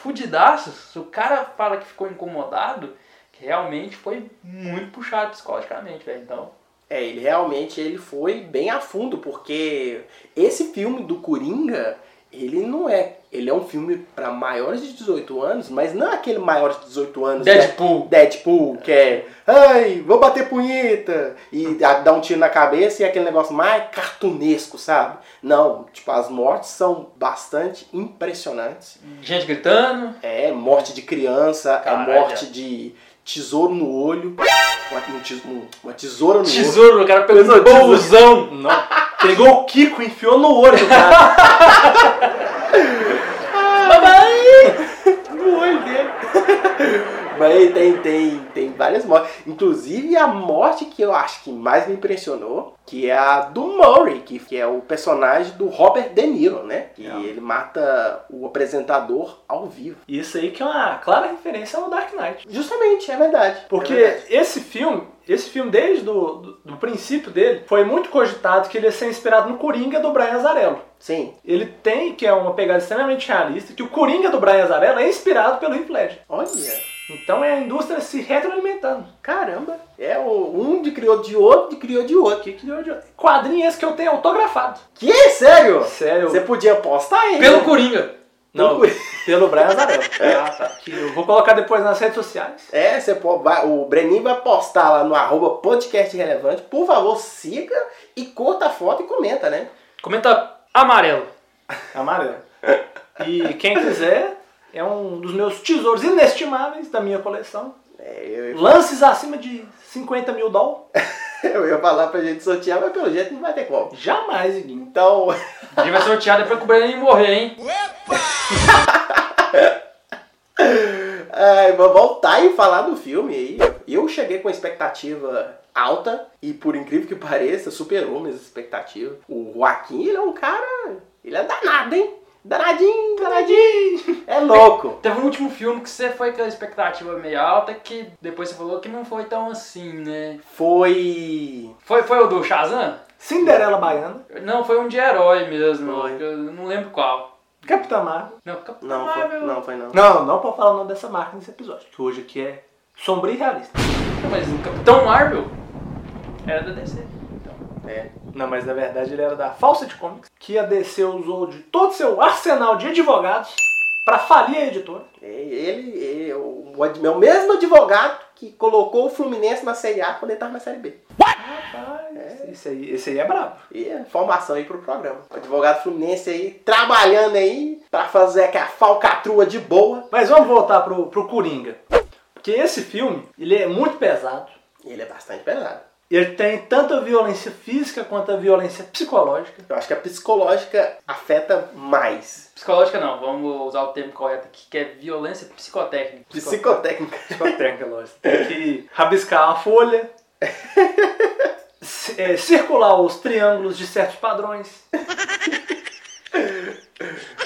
Speaker 2: fudidaços, o cara fala que ficou incomodado, que realmente foi muito puxado psicologicamente, velho. Então,
Speaker 1: É, ele realmente ele foi bem a fundo, porque esse filme do Coringa, ele não é... Ele é um filme pra maiores de 18 anos, mas não é aquele maiores de 18 anos... né?
Speaker 2: Deadpool.
Speaker 1: Deadpool, que é, ai, vou bater punheta, e dá dá um tiro na cabeça e é aquele negócio mais cartunesco, sabe? Não, tipo, as mortes são bastante impressionantes.
Speaker 2: Gente gritando.
Speaker 1: É morte de criança, é
Speaker 2: Caralho.
Speaker 1: morte de tesouro no olho, uma, um tes- um- uma tesoura no olho.
Speaker 2: Tesouro, o cara pegou um
Speaker 3: Tesouro.
Speaker 2: bolsão.
Speaker 3: Não. Pegou o Kiko e enfiou no olho do cara.
Speaker 1: no olho dele. Mas tem, tem, tem várias mortes. Inclusive a morte que eu acho que mais me impressionou, que é a do Murray, que, que é o personagem do Robert De Niro, né? Que
Speaker 3: É.
Speaker 1: ele mata o apresentador ao vivo.
Speaker 3: Isso aí que é uma clara referência ao Dark Knight.
Speaker 1: Justamente, é verdade.
Speaker 3: Porque
Speaker 1: É verdade.
Speaker 3: esse filme, esse filme desde do, do, do princípio dele, foi muito cogitado que ele ia ser inspirado no Coringa do Brian Azarello.
Speaker 1: Sim,
Speaker 3: Ele tem, que é uma pegada extremamente realista, que o Coringa do Brian Azarello é inspirado pelo Heath Ledger.
Speaker 1: olha.
Speaker 3: Então é a indústria se retroalimentando.
Speaker 1: Caramba, é o, um de criou de outro, de criou de
Speaker 3: O
Speaker 1: outro.
Speaker 3: que que deu de... Quadrinho esse que eu tenho autografado.
Speaker 1: Que é sério?
Speaker 3: Sério?
Speaker 1: Você podia postar aí.
Speaker 2: Pelo
Speaker 1: né?
Speaker 2: Coringa.
Speaker 3: Não,
Speaker 1: Pelo-
Speaker 3: pelo Brian Azarello. Ah, tá. Que eu vou colocar depois nas redes sociais.
Speaker 1: É, você po- vai- o Breninho vai postar lá no arroba podcast relevante. Por favor, siga e curta a foto e comenta, né?
Speaker 2: Comenta amarelo.
Speaker 3: Amarelo. E quem quiser, é um dos meus tesouros inestimáveis da minha coleção.
Speaker 1: É, eu,
Speaker 3: Lances acima de 50 mil dólares.
Speaker 1: eu ia falar pra gente sortear, mas pelo jeito não vai ter como.
Speaker 3: Jamais, Iguinho.
Speaker 1: Então,
Speaker 2: A gente vai sortear depois que o Breno morrer, hein?
Speaker 1: é, vou voltar e falar do filme aí. Eu cheguei com expectativa alta e, por incrível que pareça, superou minhas expectativas. O Joaquim, ele é um cara. Ele é danado, hein? Danadinho, danadinho. É louco.
Speaker 2: Teve um último filme que você foi com a expectativa meio alta, que depois você falou que não foi tão assim, né?
Speaker 1: Foi.
Speaker 2: Foi, foi o do Shazam?
Speaker 3: Cinderela Baiana,
Speaker 2: Não, foi um de herói mesmo.
Speaker 1: Foi.
Speaker 2: Eu não lembro qual.
Speaker 3: Capitã Marvel.
Speaker 2: Não, Capitão
Speaker 1: Não, foi,
Speaker 2: Marvel.
Speaker 1: não, foi não.
Speaker 3: Não, não pode falar o nome dessa marca nesse episódio, que hoje aqui é sombrio e realista.
Speaker 2: Mas o Capitão Marvel era da DC. Então,
Speaker 1: É.
Speaker 3: Não, mas na verdade ele era da Falsa de Comics, que a DC usou de todo seu arsenal de advogados pra falir a editora.
Speaker 1: É, Ele, ele- o, ad- é o mesmo advogado que colocou o Fluminense na Série A pra poder estar na Série B.
Speaker 3: Rapaz, esse, aí, esse aí é brabo.
Speaker 1: E é informação aí pro programa. O advogado Fluminense aí trabalhando aí pra fazer aquela falcatrua de boa.
Speaker 3: Mas vamos voltar pro, pro Coringa. Porque esse filme, ele é muito pesado.
Speaker 1: Ele é bastante pesado.
Speaker 3: Ele tem tanta violência física quanto a violência psicológica.
Speaker 1: Eu acho que a psicológica afeta mais.
Speaker 2: Psicológica não, vamos usar o termo correto aqui, que é violência psicotécnica.
Speaker 1: Psicotécnica.
Speaker 3: Psicotécnica, lógico. Tem que rabiscar uma folha. c- é, circular os triângulos de certos padrões.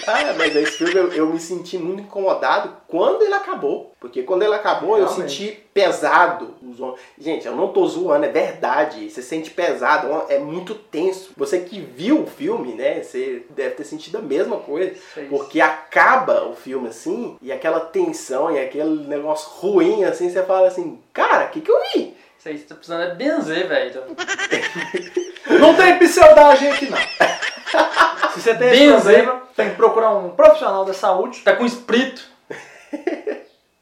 Speaker 1: Ah, mas esse filme eu, eu me senti muito incomodado quando ele acabou. Porque quando ele acabou, eu
Speaker 3: Realmente.
Speaker 1: senti pesado. os hom- Gente, eu não tô zoando, é verdade. Você sente pesado, é muito tenso. Você que viu o filme, né? Você deve ter sentido a mesma coisa.
Speaker 2: Isso aí.
Speaker 1: Porque acaba o filme assim, e aquela tensão e aquele negócio ruim assim, você fala assim, cara, o que, que eu vi?
Speaker 2: Isso aí você tá precisando é benzer, velho.
Speaker 3: Não tem pseudagem aqui, não. Se você tem esse
Speaker 2: Benzo,
Speaker 3: problema, tem que procurar um profissional da saúde.
Speaker 2: Tá com espírito.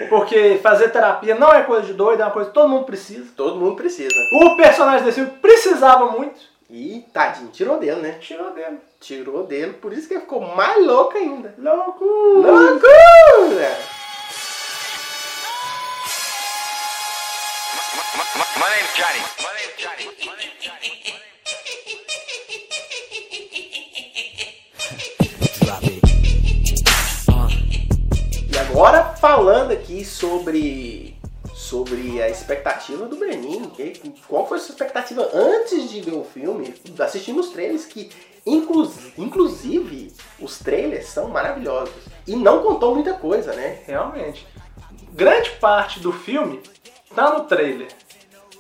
Speaker 3: Porque fazer terapia não é coisa de doido, é uma coisa que todo mundo precisa.
Speaker 1: Todo mundo precisa.
Speaker 3: O personagem desse filme precisava muito.
Speaker 1: E tadinho, tirou dele, né?
Speaker 3: Tirou dele.
Speaker 1: Tirou dele, por isso que ele ficou mais louco ainda. É.
Speaker 3: Louco!
Speaker 1: Loucura! E agora falando aqui sobre sobre a expectativa do Breninho, que- qual foi a sua expectativa antes de ver o filme? Assistimos trailers que inclus- inclusive os trailers são maravilhosos e não contou muita coisa, né?
Speaker 3: Realmente. Grande parte do filme tá no trailer.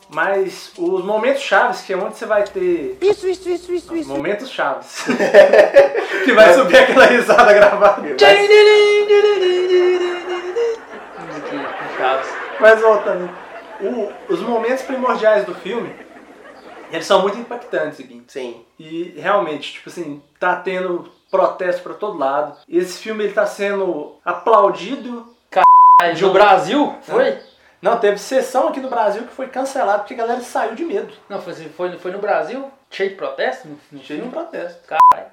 Speaker 3: Mas os momentos chaves, que é onde você vai ter.
Speaker 4: Isso, isso, isso, isso, isso.
Speaker 3: Momentos chaves. que vai subir aquela risada gravada.
Speaker 2: Musiquinha com Chaves.
Speaker 3: Mas voltando. o- os momentos primordiais do filme, eles são muito impactantes, Gui.
Speaker 1: Sim,
Speaker 3: E realmente, tipo assim, tá tendo protesto pra todo lado. E esse filme ele tá sendo aplaudido.
Speaker 2: Aí, no Brasil, foi?
Speaker 3: Não, teve sessão aqui no Brasil que foi cancelada porque a galera saiu de medo.
Speaker 2: Não, foi, foi, foi no Brasil? Cheio de protesto? No, no
Speaker 3: Cheio de um
Speaker 2: filme?
Speaker 3: protesto.
Speaker 2: Caralho.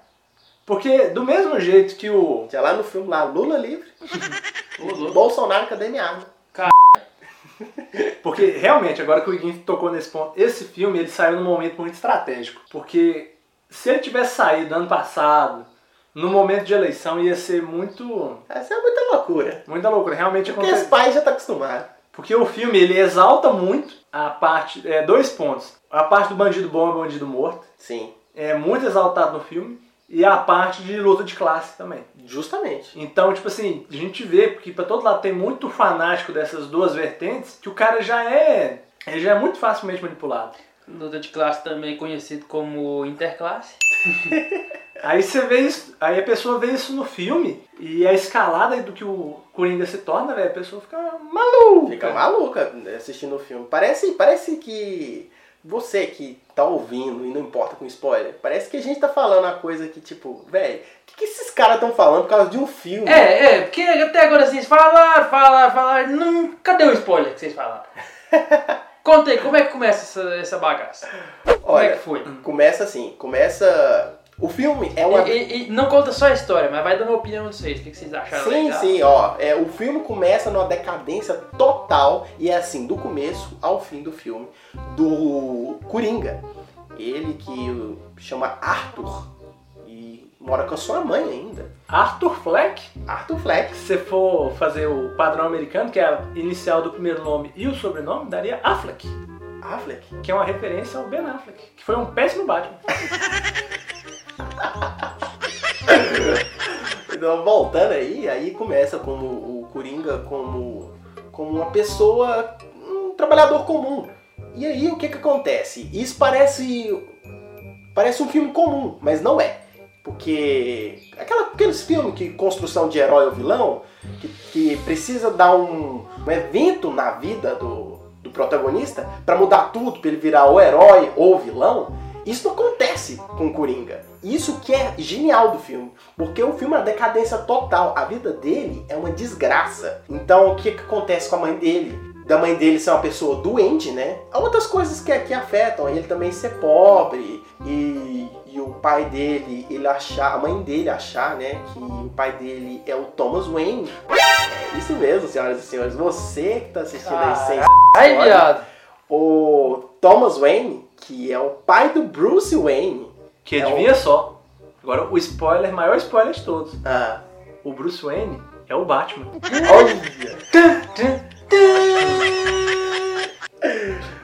Speaker 3: Porque do mesmo jeito que o.
Speaker 1: já lá no filme lá Lula livre,
Speaker 2: Ô, louco.
Speaker 1: Bolsonaro cadê minha arma?
Speaker 3: Porque realmente, agora que o Iguin tocou nesse ponto, esse filme ele saiu num momento muito estratégico. Porque se ele tivesse saído ano passado, no momento de eleição, ia ser muito.
Speaker 1: Essa é muita loucura.
Speaker 3: Muita loucura. Realmente
Speaker 1: Porque esse
Speaker 3: aconteceu.
Speaker 1: pai já tá acostumado.
Speaker 3: Porque o filme ele exalta muito a parte. É, dois pontos. A parte do bandido bom e bandido morto.
Speaker 1: Sim,
Speaker 3: É muito exaltado no filme. E a parte de luta de classe também.
Speaker 1: justamente.
Speaker 3: Então, tipo assim, a gente vê, porque pra todo lado tem muito fanático dessas duas vertentes, que o cara já é. Ele já é muito facilmente manipulado.
Speaker 2: Luta de classe também conhecido como interclasse.
Speaker 3: Aí você vê isso. Aí a pessoa vê isso no filme. E a escalada do que o Coringa se torna, velho, a pessoa fica maluca.
Speaker 1: Fica maluca assistindo o filme. Parece, parece que você que tá ouvindo e não importa com spoiler, parece que a gente tá falando uma coisa que, tipo, velho, o que, que esses caras estão falando por causa de um filme?
Speaker 2: É, é, porque até agora vocês falaram, falaram, falaram. Não, cadê o spoiler que vocês falaram? Conta aí, como é que começa essa, essa bagaça? como é
Speaker 1: Olha,
Speaker 2: que foi?
Speaker 1: começa assim, começa. O filme é uma.
Speaker 2: E, e- e não conta só a história, mas vai dando a opinião de vocês. O que que vocês acharam?
Speaker 1: Sim,
Speaker 2: legal?
Speaker 1: sim, ó. É, o filme começa numa decadência total e é assim, do começo ao fim do filme, do Coringa. Ele que chama Arthur e mora com a sua mãe ainda.
Speaker 3: Arthur Fleck,
Speaker 1: Arthur Fleck.
Speaker 3: se você for fazer o padrão americano, que é a inicial do primeiro nome e o sobrenome, daria Affleck,
Speaker 1: Affleck?
Speaker 3: que é uma referência ao Ben Affleck, que foi um péssimo Batman.
Speaker 1: Então, voltando aí, aí começa como o Coringa como, como uma pessoa, um trabalhador comum. E aí o que que acontece? Isso parece parece um filme comum, mas não é. Porque aquela, aqueles filmes que construção de herói ou vilão, que, que precisa dar um, um evento na vida do, do protagonista pra mudar tudo, pra ele virar ou herói ou vilão, isso não acontece com o Coringa. Isso que é genial do filme. Porque o filme é uma decadência total. A vida dele é uma desgraça. Então o que, que acontece com a mãe dele? da mãe dele ser uma pessoa doente, né? Há outras coisas que, que afetam, ele também ser pobre e, e o pai dele, ele achar, a mãe dele achar, né, que o pai dele é o Thomas Wayne. É isso mesmo, senhoras e senhores, você que tá assistindo aí sem
Speaker 2: Ai,
Speaker 1: Olha.
Speaker 2: viado.
Speaker 1: o Thomas Wayne, que é o pai do Bruce Wayne.
Speaker 3: Que
Speaker 1: É
Speaker 3: adivinha só. Agora, o spoiler, maior spoiler de todos.
Speaker 1: Ah,
Speaker 3: O Bruce Wayne é o Batman.
Speaker 1: olha.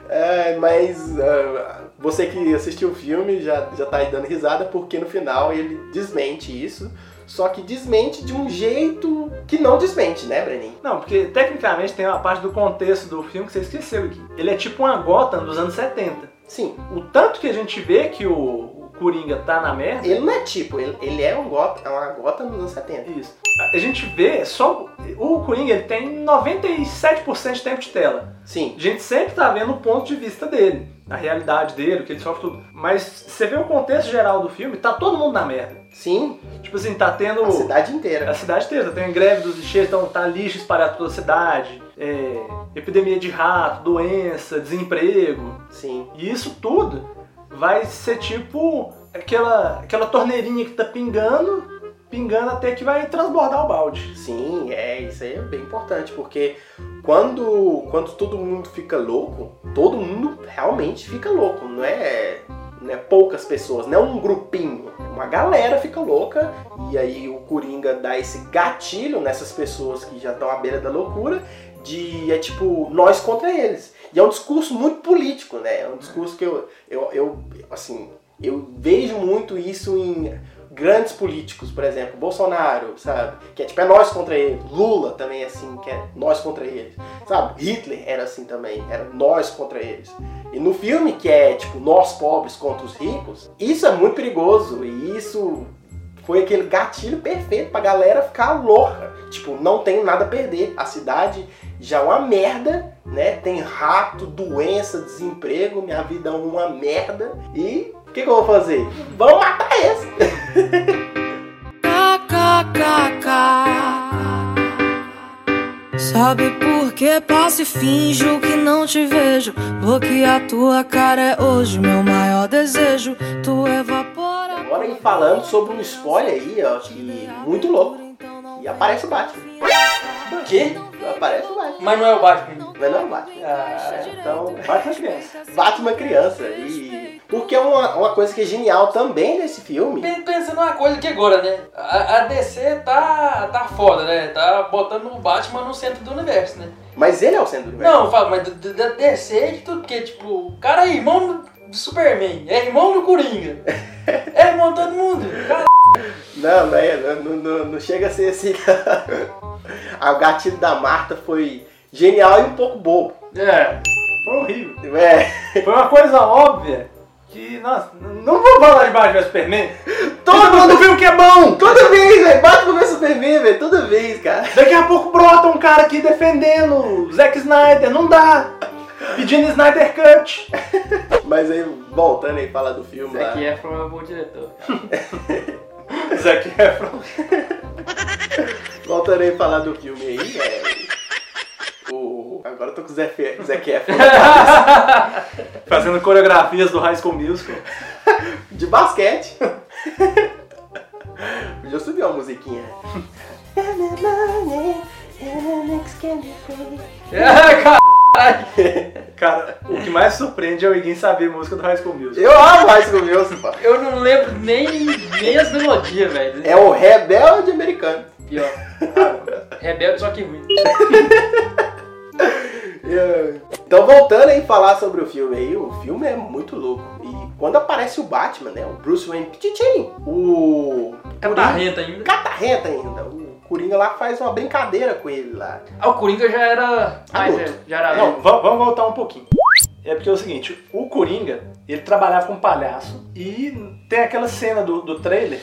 Speaker 1: É, mas ah, você que assistiu o filme já, já tá aí dando risada, porque no final ele desmente isso. Só que desmente de um jeito que não desmente, né, Breninho?
Speaker 3: Não, porque tecnicamente tem uma parte do contexto do filme que você esqueceu aqui. Ele é tipo uma Gotham dos anos 70.
Speaker 1: Sim,
Speaker 3: O tanto que a gente vê que o, o Coringa tá na merda,
Speaker 1: ele não é tipo, ele, ele é um gota, é uma gota nos anos 70.
Speaker 3: é Isso. A gente vê só. O Coringa ele tem 97% de tempo de tela.
Speaker 1: Sim,
Speaker 3: A gente sempre tá vendo o ponto de vista dele, a realidade dele, o que ele sofre tudo. Mas você vê o contexto geral do filme, tá todo mundo na merda.
Speaker 1: sim,
Speaker 3: Tipo assim, tá tendo.
Speaker 1: a cidade inteira.
Speaker 3: A cidade inteira, tem greve dos lixeiros, então tá lixo espalhado pela cidade, é, epidemia de rato, doença, desemprego.
Speaker 1: Sim,
Speaker 3: E isso tudo vai ser tipo aquela, aquela torneirinha que tá pingando, pingando até que vai transbordar o balde.
Speaker 1: sim, é, isso aí é bem importante, porque quando, quando todo mundo fica louco, todo mundo realmente fica louco, não é, não é poucas pessoas, não é um grupinho. Uma galera fica louca e aí o Coringa dá esse gatilho nessas pessoas que já estão à beira da loucura de é tipo nós contra eles. E é um discurso muito político, né? É um discurso que eu, eu, eu assim, eu vejo muito isso em grandes políticos, por exemplo, Bolsonaro, sabe? Que é tipo é nós contra ele. Lula também é assim, que é nós contra eles. Sabe? Hitler era assim também, era nós contra eles. E no filme, que é tipo nós pobres contra os ricos, isso é muito perigoso e isso foi aquele gatilho perfeito pra galera ficar louca. Tipo, não tenho nada a perder. A cidade já é uma merda, né? Tem rato, doença, desemprego, minha vida é uma merda. E o que, que eu vou fazer? Vamos matar esse!
Speaker 8: Sabe por que passo e finjo que não te vejo? Porque a tua cara é hoje meu maior desejo. Tu evapora.
Speaker 1: Agora aí falando sobre um spoiler aí, ó, que muito louco. E aparece o Batman.
Speaker 8: O
Speaker 1: quê? Aparece o Batman.
Speaker 2: Mas não é o Batman.
Speaker 1: Mas não é o Batman.
Speaker 3: Ah,
Speaker 1: então,
Speaker 3: Batman criança.
Speaker 1: Batman é criança. E... Porque é uma, uma coisa que é genial também nesse filme.
Speaker 2: Pen- Pensando numa coisa que agora, né? A, a DC tá, tá foda, né? Tá botando o Batman no centro do universo, né?
Speaker 1: Mas ele é o centro do universo.
Speaker 2: Não, fala, mas do- do- da DC de tudo, porque, tipo, o cara é irmão do Superman, é irmão do Coringa, é irmão de todo mundo. Cara,
Speaker 1: Não, não, é, não, não- não- não chega a ser assim. o gatilho da Marta foi genial e um pouco bobo.
Speaker 3: É, foi horrível.
Speaker 1: É,
Speaker 3: Foi uma coisa óbvia que, nossa, n- não vou falar de Batman vs Superman.
Speaker 1: Todo mundo
Speaker 3: viu que é bom!
Speaker 1: toda vez, velho. Batman vs Superman, velho. Toda vez, cara.
Speaker 3: Daqui a pouco brota um cara aqui defendendo o Zack Snyder, não dá! Pedindo Snyder Cut.
Speaker 1: Mas aí, voltando aí, falar do filme lá.
Speaker 2: é foi um bom diretor.
Speaker 3: Zack Efron.
Speaker 1: Voltando aí, falar do filme aí, é... O... Agora eu tô com o Zé, Fe... Zé Efron.
Speaker 3: Fazendo coreografias do High School Musical.
Speaker 1: De basquete. Podia subir uma musiquinha.
Speaker 2: É, cara,
Speaker 3: Cara, o que mais surpreende é o Iguin saber música do High School Musical.
Speaker 1: Eu amo mais que o meu, pô.
Speaker 2: eu não lembro nem, nem as melodias, velho.
Speaker 1: É o rebelde americano.
Speaker 2: pior. Ah, Rebelde, só que ruim.
Speaker 1: É. Então voltando aí falar sobre o filme aí, o filme é muito louco. E quando aparece o Batman, né? O Bruce Wayne Pittin, o.
Speaker 2: É
Speaker 1: Coringa-
Speaker 2: Catarrenta Tá ainda.
Speaker 1: Catarrenta ainda. O Coringa lá faz uma brincadeira com ele lá.
Speaker 2: Ah, o Coringa já era. mais
Speaker 1: Adulto.
Speaker 2: velho, já era.
Speaker 3: Ah, Não, va- vamos voltar um pouquinho. É porque é o seguinte, o Coringa, ele trabalhava com um palhaço e tem aquela cena do, do trailer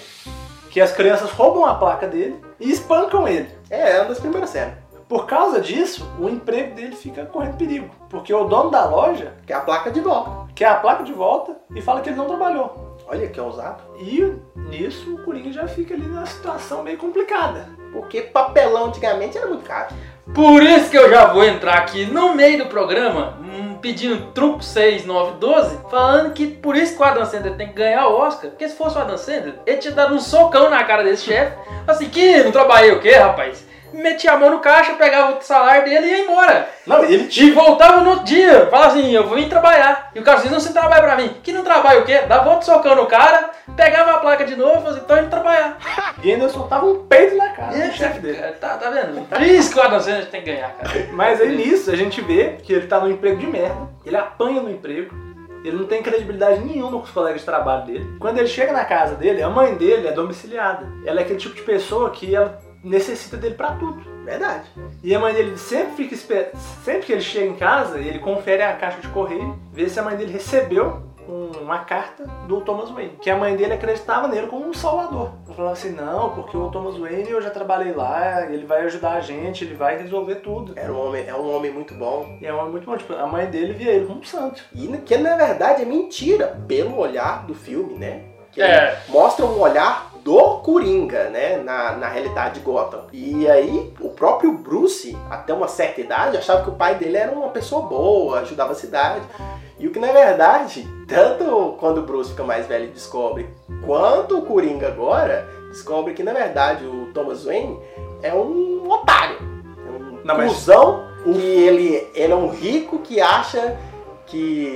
Speaker 3: que as crianças roubam a placa dele e espancam ele.
Speaker 1: É, é uma das primeiras cenas.
Speaker 3: Por causa disso, o emprego dele fica correndo perigo. Porque o dono da loja
Speaker 1: Que é a placa de volta.
Speaker 3: quer a placa de volta e fala que ele não trabalhou.
Speaker 1: Olha que ousado.
Speaker 3: E nisso o Coringa já fica ali numa situação meio complicada.
Speaker 1: Porque papelão antigamente era muito caro.
Speaker 2: Por isso que eu já vou entrar aqui no meio do programa hum, pedindo truco 6, 9, 12, falando que por isso que o Adam Sandler tem que ganhar o Oscar, porque se fosse o Adam Sandler, ele tinha dado um socão na cara desse chefe, assim, que não trabalhei o quê, rapaz? Metia a mão no caixa, pegava o salário dele e ia embora.
Speaker 1: Não, ele
Speaker 2: E
Speaker 1: tinha.
Speaker 2: voltava no outro dia, falava assim, eu vim trabalhar. E o cara disse, não, você trabalha pra mim. Que não trabalha o quê? Dava outro socão no cara, pegava a placa de novo, falava assim, então indo trabalhar.
Speaker 3: E ainda soltava um peito na cara do
Speaker 2: Esse
Speaker 3: chefe dele.
Speaker 2: cara, Tá, tá vendo? Por isso que o Adam Sandler tem que ganhar, cara.
Speaker 3: Mas aí nisso a gente vê que ele tá num emprego de merda, ele apanha no emprego, ele não tem credibilidade nenhuma com os colegas de trabalho dele. Quando ele chega na casa dele, a mãe dele é domiciliada. Ela é aquele tipo de pessoa que ela necessita dele pra tudo. Verdade. E a mãe dele sempre fica esper... sempre que ele chega em casa, ele confere a caixa de correio, vê se a mãe dele recebeu um- uma carta do Thomas Wayne, que a mãe dele acreditava nele como um salvador. Ela falava assim, não, porque o Thomas Wayne eu já trabalhei lá, ele vai ajudar a gente, ele vai resolver tudo.
Speaker 1: Era um homem, é um homem muito bom.
Speaker 3: E é um homem muito bom. Tipo, a mãe dele via ele como um santo.
Speaker 1: E que na verdade é mentira, pelo olhar do filme, né? Que
Speaker 2: É.
Speaker 1: Mostra um olhar do Coringa, né? Na, na realidade de Gotham. E aí, o próprio Bruce, até uma certa idade, achava que o pai dele era uma pessoa boa, ajudava a cidade. E o que na verdade, tanto quando o Bruce fica mais velho e descobre, quanto o Coringa agora, descobre que na verdade o Thomas Wayne é um otário. É um
Speaker 3: Não, mas-
Speaker 1: cuzão que ele, ele é um rico que acha que,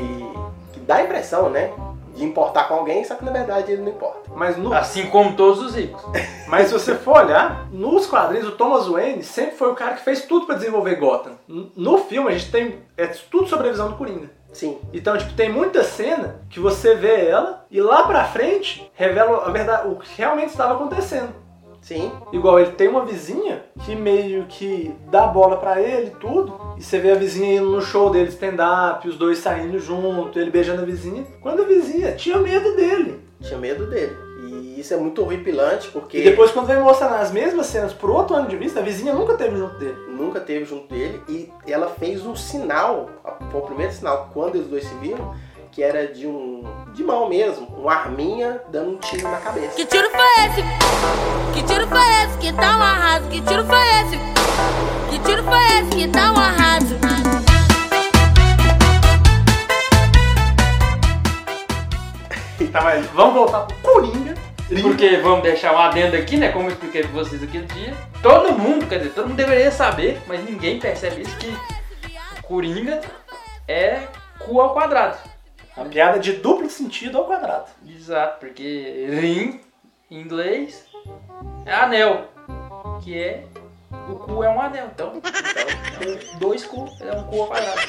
Speaker 1: que dá a impressão, né? De importar com alguém, só que na verdade ele não importa.
Speaker 3: Mas, no,
Speaker 2: Assim como todos os ricos.
Speaker 3: mas se você for olhar, nos quadrinhos, o Thomas Wayne sempre foi o cara que fez tudo pra desenvolver Gotham. N- No filme, a gente tem. É tudo sobre a visão do Coringa.
Speaker 1: Sim.
Speaker 3: Então, tipo, tem muita cena que você vê ela e lá pra frente revela a verdade, o que realmente estava acontecendo.
Speaker 1: Sim,
Speaker 3: Igual ele tem uma vizinha que meio que dá bola pra ele e tudo. E você vê a vizinha indo no show dele stand-up, os dois saindo junto, ele beijando a vizinha. Quando a vizinha tinha medo dele.
Speaker 1: tinha medo dele. E isso é muito horripilante, porque
Speaker 3: E depois, quando vem mostrando as mesmas cenas por outro ângulo de vista, a vizinha nunca teve junto dele.
Speaker 1: nunca teve junto dele e ela fez um sinal, foi o primeiro sinal quando os dois se viram, que era de um de mão mesmo, um arminha dando um tiro na cabeça.
Speaker 9: Que tiro foi esse? Que tiro foi esse? Que tá um arraso? Que tiro foi esse? Que tiro foi esse? Que tá um arraso?
Speaker 3: Tá, mas vamos voltar pro Coringa.
Speaker 2: Porque vamos deixar um adendo aqui, né? Como eu expliquei pra vocês aquele dia. Todo mundo, quer dizer, todo mundo deveria saber, mas ninguém percebe isso, que o Coringa é cu ao quadrado.
Speaker 3: A piada de duplo sentido ao quadrado.
Speaker 2: Exato, porque ring, em inglês, é anel. Que é. O cu é um anel. Então, então dois cu é um cu ao quadrado.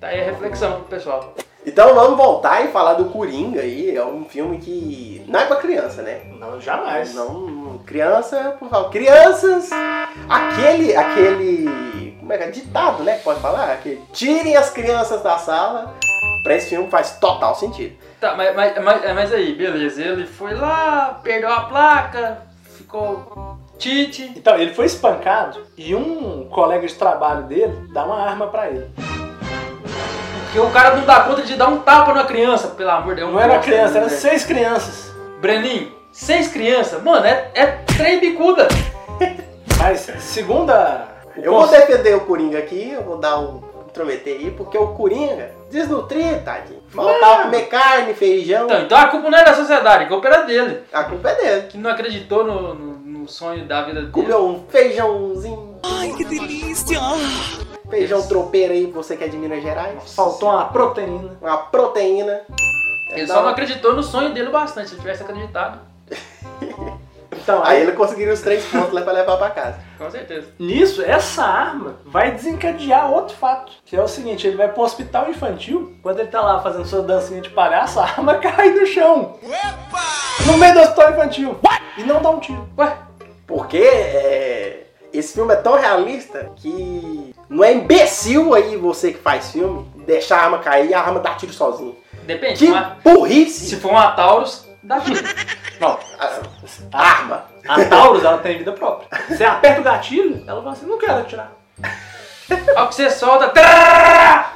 Speaker 2: Tá aí a reflexão pro pessoal.
Speaker 1: Então vamos voltar e falar do Coringa aí, é um filme que não é pra criança, né?
Speaker 3: Não, jamais.
Speaker 1: Não, criança, por favor, crianças, aquele aquele como é que é? ditado, né, que pode falar, que tirem as crianças da sala. Pra esse filme faz total sentido.
Speaker 2: Tá, mas, mas, mas, mas aí, beleza, ele foi lá, perdeu a placa, ficou Tite.
Speaker 3: Então, ele foi espancado e um colega de trabalho dele dá uma arma pra ele.
Speaker 2: Porque o cara não dá conta de dar um tapa na criança, pelo amor de Deus.
Speaker 3: Não era criança, eram
Speaker 2: Né?
Speaker 3: seis crianças.
Speaker 2: Breninho, seis crianças, mano, é, é três bicuda.
Speaker 3: Mas, segundo a... o
Speaker 1: Eu vou
Speaker 3: conselho-
Speaker 1: defender o Coringa aqui, eu vou dar um intrometer aí, porque o Coringa desnutrido, tadinho.
Speaker 2: Ah!
Speaker 1: Faltava comer carne, feijão,
Speaker 2: Então, então a culpa não é da sociedade, a culpa era dele,
Speaker 1: a culpa é dele.
Speaker 2: que não acreditou no, no, no sonho da vida dele.
Speaker 1: Comeu um feijãozinho,
Speaker 4: Ai, que delícia!
Speaker 1: feijão tropeiro aí, você que é de Minas Gerais.
Speaker 3: Faltou uma proteína.
Speaker 1: Uma proteína.
Speaker 2: Ele
Speaker 1: Então,
Speaker 2: só não acreditou no sonho dele bastante, se ele tivesse acreditado,
Speaker 3: Então,
Speaker 1: Aí ele conseguiria os três pontos lá pra levar pra casa.
Speaker 2: com certeza.
Speaker 3: Nisso, essa arma vai desencadear outro fato, que é o seguinte, ele vai pro hospital infantil, quando ele tá lá fazendo sua dancinha de palhaço, a arma cai no chão. No meio do hospital infantil. E não dá um tiro.
Speaker 2: Ué,
Speaker 1: Porque é, esse filme é tão realista que não é imbecil aí você que faz filme deixar a arma cair e a arma dar tiro sozinho.
Speaker 2: depende,
Speaker 1: Que
Speaker 2: É, mas
Speaker 1: burrice!
Speaker 2: se for uma Taurus, dá tudo.
Speaker 3: Não,
Speaker 1: A arma!
Speaker 3: a Taurus, ela tem vida própria. Você aperta o gatilho, ela fala assim, não quero atirar.
Speaker 2: Ao que você solta, trrrrá!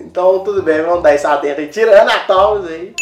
Speaker 1: Então tudo bem, vamos dar esse adendo aí, tirando a Taurus aí.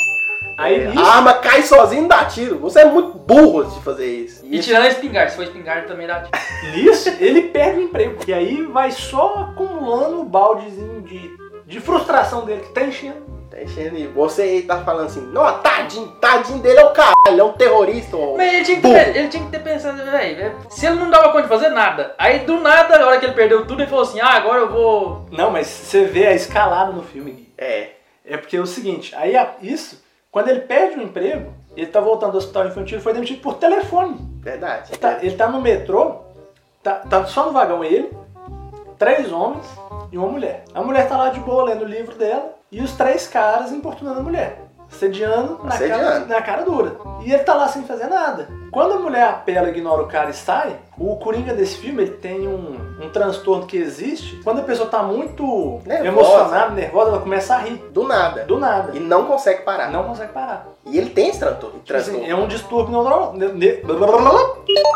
Speaker 3: Aí nisso,
Speaker 1: A arma cai sozinha e não dá tiro. Você é muito burro de fazer isso.
Speaker 2: E tirando a espingarda, se for espingarda também dá tiro.
Speaker 3: nisso, ele perde o emprego. E aí vai só acumulando o baldezinho de, de frustração dele que tá enchendo.
Speaker 1: Tá enchendo e você aí tá falando assim, não, tadinho, tadinho dele é o caralho, é um terrorista. ô."
Speaker 2: Mas ele tinha que ter, ele tinha que ter pensado, velho, se ele não dava conta de fazer nada, aí do nada, na hora que ele perdeu tudo, ele falou assim, ah, agora eu vou...
Speaker 3: Não, mas você vê a escalada no filme, Gui.
Speaker 1: É.
Speaker 3: É porque é o seguinte, aí a- isso, quando ele perde o emprego, ele tá voltando do hospital infantil e foi demitido por telefone.
Speaker 1: Verdade.
Speaker 3: Ele tá, ele tá no metrô, tá, tá só no vagão ele, três homens e uma mulher. A mulher tá lá de boa lendo o livro dela e os três caras importunando a mulher. Sediando na cara,
Speaker 1: Assediando.
Speaker 3: na cara dura. E ele tá lá sem fazer nada. Quando a mulher apela, ignora o cara e sai, o Coringa desse filme ele tem um, um transtorno que existe. Quando a pessoa tá muito
Speaker 1: Nervosa.
Speaker 3: emocionada, nervosa, ela começa a rir.
Speaker 1: Do nada.
Speaker 3: Do nada.
Speaker 1: E não consegue parar.
Speaker 3: Não consegue parar.
Speaker 1: E ele tem esse transtorno.
Speaker 3: Tipo assim,
Speaker 1: transtorno.
Speaker 3: é um distúrbio neural. ne- ne-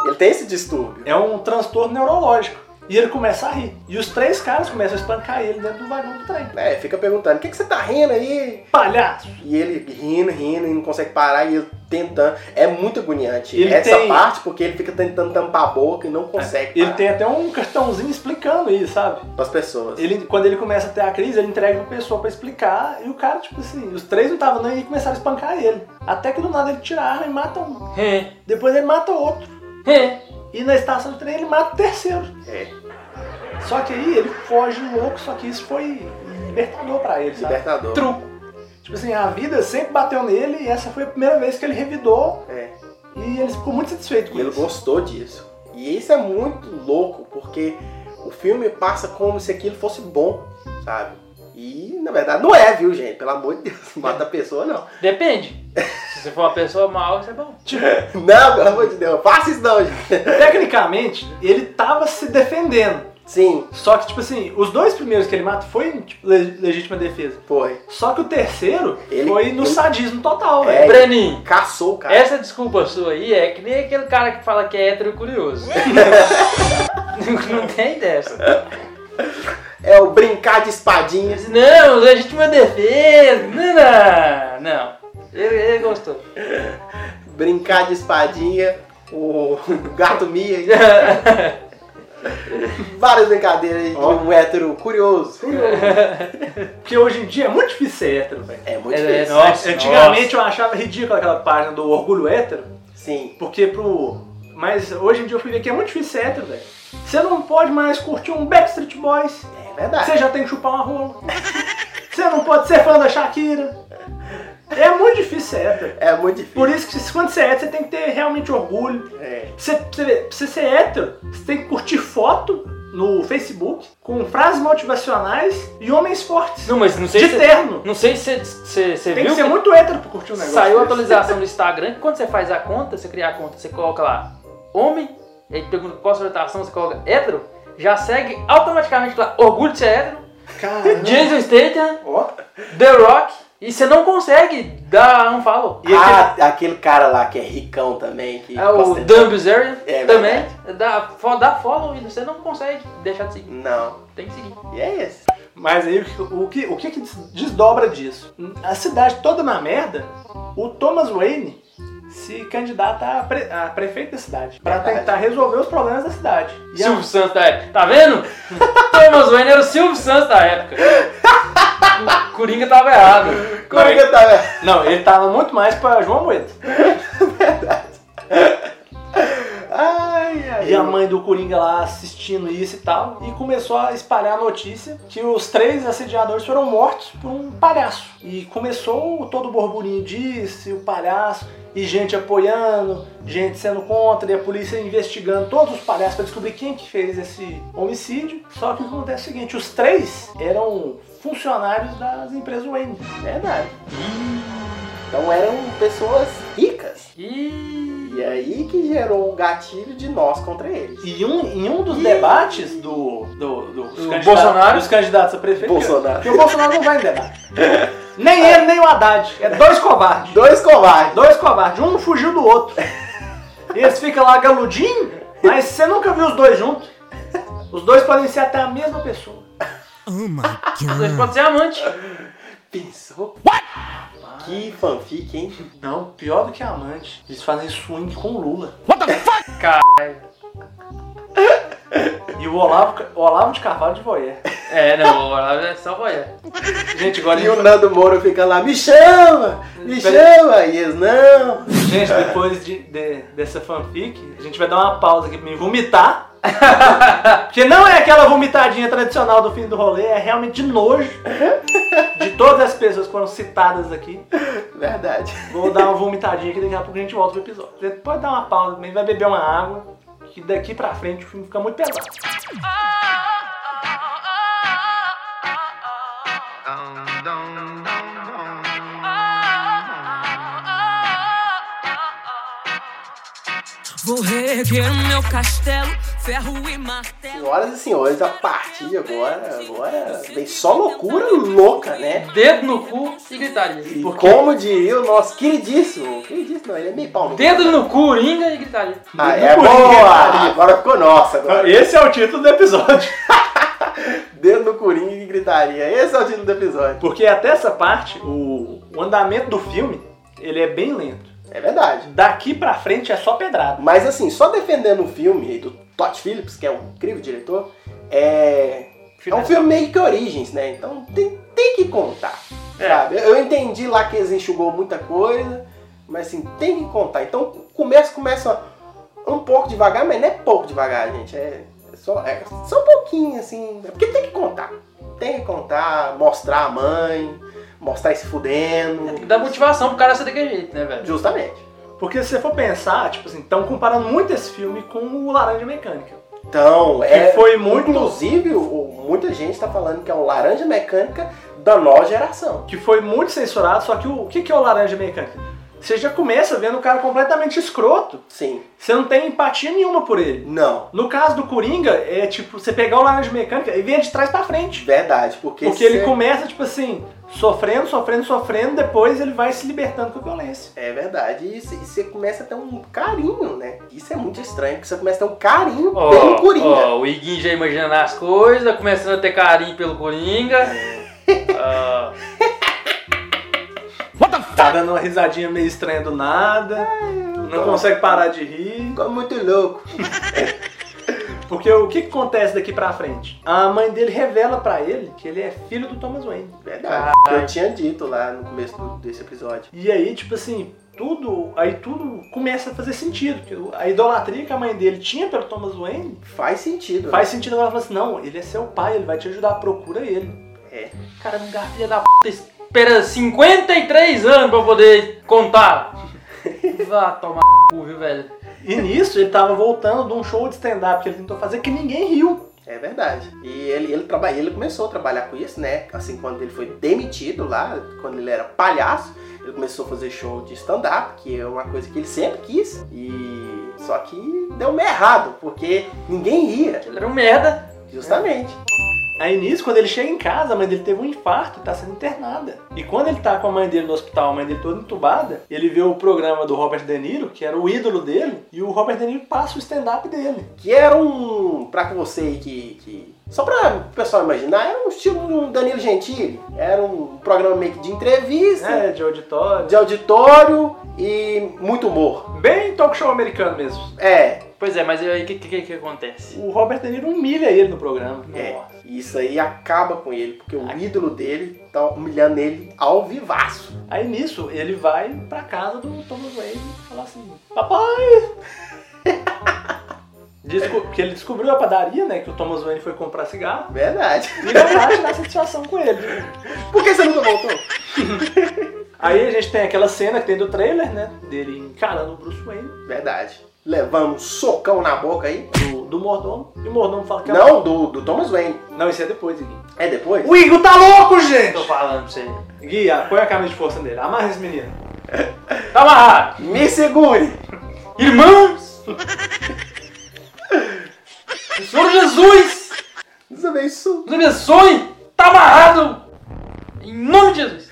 Speaker 1: Ele tem esse distúrbio.
Speaker 3: É um transtorno neurológico. E ele começa a rir. E os três caras começam a espancar ele dentro do vagão do trem.
Speaker 1: É, fica perguntando, o que, que você tá rindo aí?
Speaker 3: Palhaço!
Speaker 1: E ele rindo, rindo, e não consegue parar, e ele tentando. É muito agoniante
Speaker 3: Ele
Speaker 1: essa
Speaker 3: tem- É,
Speaker 1: parte, porque ele fica tentando tampar a boca e não consegue
Speaker 3: Ele
Speaker 1: parar
Speaker 3: tem até um cartãozinho explicando isso, sabe?
Speaker 1: pras pessoas.
Speaker 3: Ele, quando ele começa a ter a crise, ele entrega pra pessoa pra explicar. E o cara, tipo assim, os três não estavam nem aí e começaram a espancar ele. Até que do nada ele tira a arma e mata um. Depois ele mata outro. E na estação de trem ele mata o terceiro.
Speaker 1: É.
Speaker 3: Só que aí ele foge louco, só que isso foi libertador pra ele, sabe?
Speaker 1: Libertador.
Speaker 3: truco. Tipo assim, a vida sempre bateu nele e essa foi a primeira vez que ele revidou
Speaker 1: É.
Speaker 3: e ele ficou muito satisfeito com
Speaker 1: E ele
Speaker 3: isso.
Speaker 1: gostou disso. E isso é muito louco, porque o filme passa como se aquilo fosse bom, sabe? E na verdade não é, viu, gente? Pelo amor de Deus, não mata a pessoa, não.
Speaker 2: Depende. Se você for uma pessoa mal, isso é bom.
Speaker 1: Não, pelo amor de Deus, faça isso não, gente.
Speaker 3: Tecnicamente, ele tava se defendendo.
Speaker 1: Sim,
Speaker 3: Só que, tipo assim, os dois primeiros que ele mata foi tipo, le- legítima defesa.
Speaker 1: foi.
Speaker 3: Só que o terceiro
Speaker 1: Ele-
Speaker 3: foi no
Speaker 1: ele-
Speaker 3: sadismo total,
Speaker 1: É,
Speaker 3: velho.
Speaker 2: Breninho,
Speaker 1: Caçou o cara.
Speaker 2: essa desculpa sua aí é que nem aquele cara que fala que é hétero e curioso. não tem dessa.
Speaker 1: É o brincar de espadinha.
Speaker 2: Não, legítima defesa. Não, não. não. Ele, ele gostou.
Speaker 1: Brincar de espadinha. O gato Mia. Várias brincadeiras de um hétero curioso.
Speaker 3: Porque hoje em dia é muito difícil ser hétero, velho.
Speaker 1: É muito
Speaker 2: É,
Speaker 1: difícil.
Speaker 2: é, nossa.
Speaker 3: Antigamente eu achava ridículo aquela página do orgulho hétero,
Speaker 1: Sim.
Speaker 3: Porque pro. Mas hoje em dia eu fui ver que é muito difícil ser hétero, velho. Você não pode mais curtir um Backstreet Boys.
Speaker 1: É verdade.
Speaker 3: Você já tem que chupar uma rola. Você não pode ser fã da Shakira. É muito difícil ser hétero.
Speaker 1: É muito difícil.
Speaker 3: Por isso que quando você é hétero, você tem que ter realmente orgulho.
Speaker 1: É.
Speaker 3: Você, você, vê, pra você ser hétero, você tem que curtir foto no Facebook com frases motivacionais e homens fortes.
Speaker 2: Não, mas não sei
Speaker 3: de
Speaker 2: se.
Speaker 3: terno.
Speaker 2: Não sei se você você
Speaker 3: Tem
Speaker 2: viu
Speaker 3: que ser
Speaker 2: que
Speaker 3: muito hétero pra curtir um negócio
Speaker 2: saiu a
Speaker 3: desse.
Speaker 2: atualização do Instagram que quando você faz a conta, você cria a conta, você coloca lá homem, e aí pergunta qual a sua orientação, você coloca hétero, já segue automaticamente lá orgulho de ser hétero,
Speaker 3: Caramba.
Speaker 2: Jason Statham,
Speaker 3: Ó.
Speaker 2: The Rock, e você não consegue dar um follow.
Speaker 3: E
Speaker 1: ah, aquele... cara lá que é ricão também. Que
Speaker 2: É o
Speaker 1: gosta de-
Speaker 2: Dan Bilzerian
Speaker 1: É
Speaker 2: também, dá, fo- dá follow e você não consegue deixar de seguir,
Speaker 1: Não.
Speaker 2: tem que seguir.
Speaker 1: E é esse.
Speaker 3: Mas aí o que- o que, o que, que des- desdobra disso? A cidade toda na merda, o Thomas Wayne se candidata a, pre, a prefeito da cidade. Pra
Speaker 1: Verdade.
Speaker 3: tentar resolver os problemas da cidade. E a,
Speaker 2: Silvio Santos da época, tá vendo? Thomas Wayne era o Silvio Santos da época. O Coringa tava errado.
Speaker 1: Coringa tá, velho.
Speaker 3: não, ele tava muito mais pra João Moedo.
Speaker 1: Ai, ai.
Speaker 3: E a mãe do Coringa lá assistindo isso e tal. E começou a espalhar a notícia que os três assediadores foram mortos por um palhaço. E começou todo o burburinho disso, e o palhaço, e gente apoiando, gente sendo contra, e a polícia investigando todos os palhaços para descobrir quem que fez esse homicídio. Só que o que acontece é o seguinte, os três eram funcionários das empresas Wayne.
Speaker 1: é Verdade. Então eram pessoas ricas.
Speaker 2: E...
Speaker 1: E aí que gerou o gatilho de nós contra eles.
Speaker 3: E um, em um dos debates do, do, do- dos,
Speaker 2: Do
Speaker 3: candidatos,
Speaker 2: Bolsonaro?
Speaker 3: dos candidatos a prefeito,
Speaker 1: Bolsonaro.
Speaker 3: Porque o Bolsonaro não vai em debate. Nem ele, nem o Haddad. É dois covardes.
Speaker 1: Dois covardes.
Speaker 3: Dois covardes. Um fugiu do outro. E eles ficam lá galudinho, mas você nunca viu os dois juntos. Os dois podem ser até a mesma pessoa.
Speaker 2: Mas pode ser amante.
Speaker 1: Pensou? Que fanfic, hein?
Speaker 3: Não, pior do que amante. Eles fazem swing com o Lula. E o Olavo, o Olavo de Carvalho de Voyeur.
Speaker 2: É, não, o Olavo é só voyeur.
Speaker 3: Gente, agora.
Speaker 1: E o Nando Moro fica lá, me chama! Me chama! E eles, não!
Speaker 3: Gente,
Speaker 1: É.
Speaker 3: depois de, de- dessa fanfic, a gente vai dar uma pausa aqui pra mim vomitar. Porque não é aquela vomitadinha tradicional do fim do rolê, é realmente de nojo de todas as pessoas que foram citadas aqui.
Speaker 1: Verdade.
Speaker 3: Vou dar uma vomitadinha aqui, daqui a pouco a gente volta pro episódio. Você pode dar uma pausa também, vai beber uma água, que daqui pra frente o filme fica muito pesado.
Speaker 8: Vou reerguer o meu castelo, ferro e martelo.
Speaker 1: Senhoras e senhores, a partir de agora, agora vem só loucura louca, né?
Speaker 2: Dedo no cu e gritaria.
Speaker 1: E como diria o nosso queridíssimo, queridíssimo, não, ele é meio pau no cu.
Speaker 2: Dedo no Coringa e gritaria.
Speaker 1: Ah, é
Speaker 3: no cu,
Speaker 1: boa!
Speaker 3: gritaria.
Speaker 1: Agora ficou nossa. Agora.
Speaker 3: Esse é o título do episódio.
Speaker 1: Dedo no Coringa e gritaria. Esse é o título do episódio.
Speaker 3: Porque até essa parte, o, o andamento do filme, ele é bem lento.
Speaker 1: É verdade.
Speaker 3: Daqui pra frente é só pedrada.
Speaker 1: Mas assim, só defendendo o filme do Todd Phillips, que é um incrível diretor, é. É um filme meio que origens, né? Então tem, tem que contar.
Speaker 2: É.
Speaker 1: Sabe? Eu entendi lá que eles enxugou muita coisa, mas assim, tem que contar. Então o começo começa um pouco devagar, mas não é pouco devagar, gente. É, é só, é só um pouquinho, assim. É porque tem que contar. Tem que contar, mostrar a mãe, mostrar esse
Speaker 3: É
Speaker 2: Tem que
Speaker 1: fudendo.
Speaker 2: dar motivação pro cara ser daquele jeito, né, velho?
Speaker 1: Justamente.
Speaker 3: Porque se você for pensar, tipo assim, estão comparando muito esse filme com o Laranja Mecânica.
Speaker 1: Então,
Speaker 3: Que
Speaker 1: é.
Speaker 3: foi muito.
Speaker 1: Inclusive, o- muita gente tá falando que é o laranja mecânica da nova geração.
Speaker 3: Que foi muito censurado, só que o, o que, que é o Laranja Mecânica? Você já começa vendo o cara completamente escroto.
Speaker 1: Sim.
Speaker 3: Você não tem empatia nenhuma por ele.
Speaker 1: Não.
Speaker 3: No caso do Coringa, é tipo, você pegar o Laranja Mecânica e vem de trás pra frente.
Speaker 1: Verdade, porque. é
Speaker 3: Porque ele
Speaker 1: cê-
Speaker 3: começa, tipo assim, sofrendo, sofrendo, sofrendo, depois ele vai se libertando com a violência.
Speaker 1: É verdade. E você começa a ter um carinho, né? Isso é muito estranho, porque você começa a ter um carinho pelo Coringa.
Speaker 2: ó, o Iguinho já imaginando as coisas, começando a ter carinho pelo Coringa. Ah,
Speaker 3: Tá dando uma risadinha meio estranha do nada, não consegue parar de rir.
Speaker 1: Ficou É muito louco.
Speaker 3: Porque o que, que acontece daqui pra frente? A mãe dele revela pra ele que ele é filho do Thomas Wayne.
Speaker 1: Verdade. Eu tinha dito lá no começo do- desse episódio.
Speaker 3: E aí, tipo assim, tudo, aí tudo começa a fazer sentido. porque A idolatria que a mãe dele tinha pelo Thomas Wayne
Speaker 1: Faz sentido. né?
Speaker 3: faz sentido agora. Ela fala assim, não, ele é seu pai, ele vai te ajudar, procura ele. É,
Speaker 2: cara, um gar- filha da p espera 53 anos pra poder contar. Vá tomar no cu, viu, velho?
Speaker 3: E nisso, ele tava voltando de um show de stand-up que ele tentou fazer que ninguém riu.
Speaker 1: É verdade. E ele, ele, trabalha, ele começou a trabalhar com isso, né? Assim, quando ele foi demitido lá, quando ele era palhaço, ele começou a fazer show de stand-up, que é uma coisa que ele sempre quis. E só que deu meio errado, porque ninguém ria,
Speaker 3: É.
Speaker 2: Ele era um merda.
Speaker 1: justamente.
Speaker 3: Aí nisso, quando ele chega em casa, a mãe dele teve um infarto e tá sendo internada. E quando ele tá com a mãe dele no hospital, a mãe dele toda entubada, ele vê o programa do Robert De Niro, que era o ídolo dele, e o Robert De Niro passa o stand-up dele.
Speaker 1: Que era um. Pra que você aí que. que só pra o pessoal imaginar, era um estilo de um Danilo Gentili. Era um programa meio que de entrevista,
Speaker 3: É, de auditório.
Speaker 1: de auditório e muito humor.
Speaker 3: Bem talk show americano mesmo.
Speaker 1: É,
Speaker 2: Pois é, mas e aí o que, que, que acontece?
Speaker 3: O Robert De Niro humilha ele no programa.
Speaker 1: É,
Speaker 3: Nossa.
Speaker 1: e isso aí acaba com ele, porque o ídolo dele tá humilhando ele ao vivaço.
Speaker 3: Aí nisso, ele vai pra casa do Thomas Wayne e fala assim, papai! Desco- Porque ele descobriu a padaria, né, que o Thomas Wayne foi comprar cigarro.
Speaker 1: Verdade.
Speaker 3: E vai lá tirar satisfação com ele.
Speaker 1: Por que você nunca voltou?
Speaker 3: Aí a gente tem aquela cena que tem do trailer, né? Dele encarando o Bruce Wayne,
Speaker 1: Verdade. Levando um socão na boca aí.
Speaker 3: do, do mordomo. E o mordomo fala que é
Speaker 1: Não, do, do Thomas Wayne.
Speaker 3: o- Não, isso é depois, Gui.
Speaker 1: É depois?
Speaker 3: O Igor tá louco,
Speaker 2: Tô
Speaker 3: gente!
Speaker 2: falando pra você.
Speaker 3: Gui, ah, põe a camisa de força nele. Amarra esse menino.
Speaker 2: Tá amarrado.
Speaker 1: Me segure!
Speaker 2: Irmãos! O Senhor Jesus!
Speaker 1: Isso é isso.
Speaker 2: Nos abençoe! Tá amarrado! Em nome de Jesus!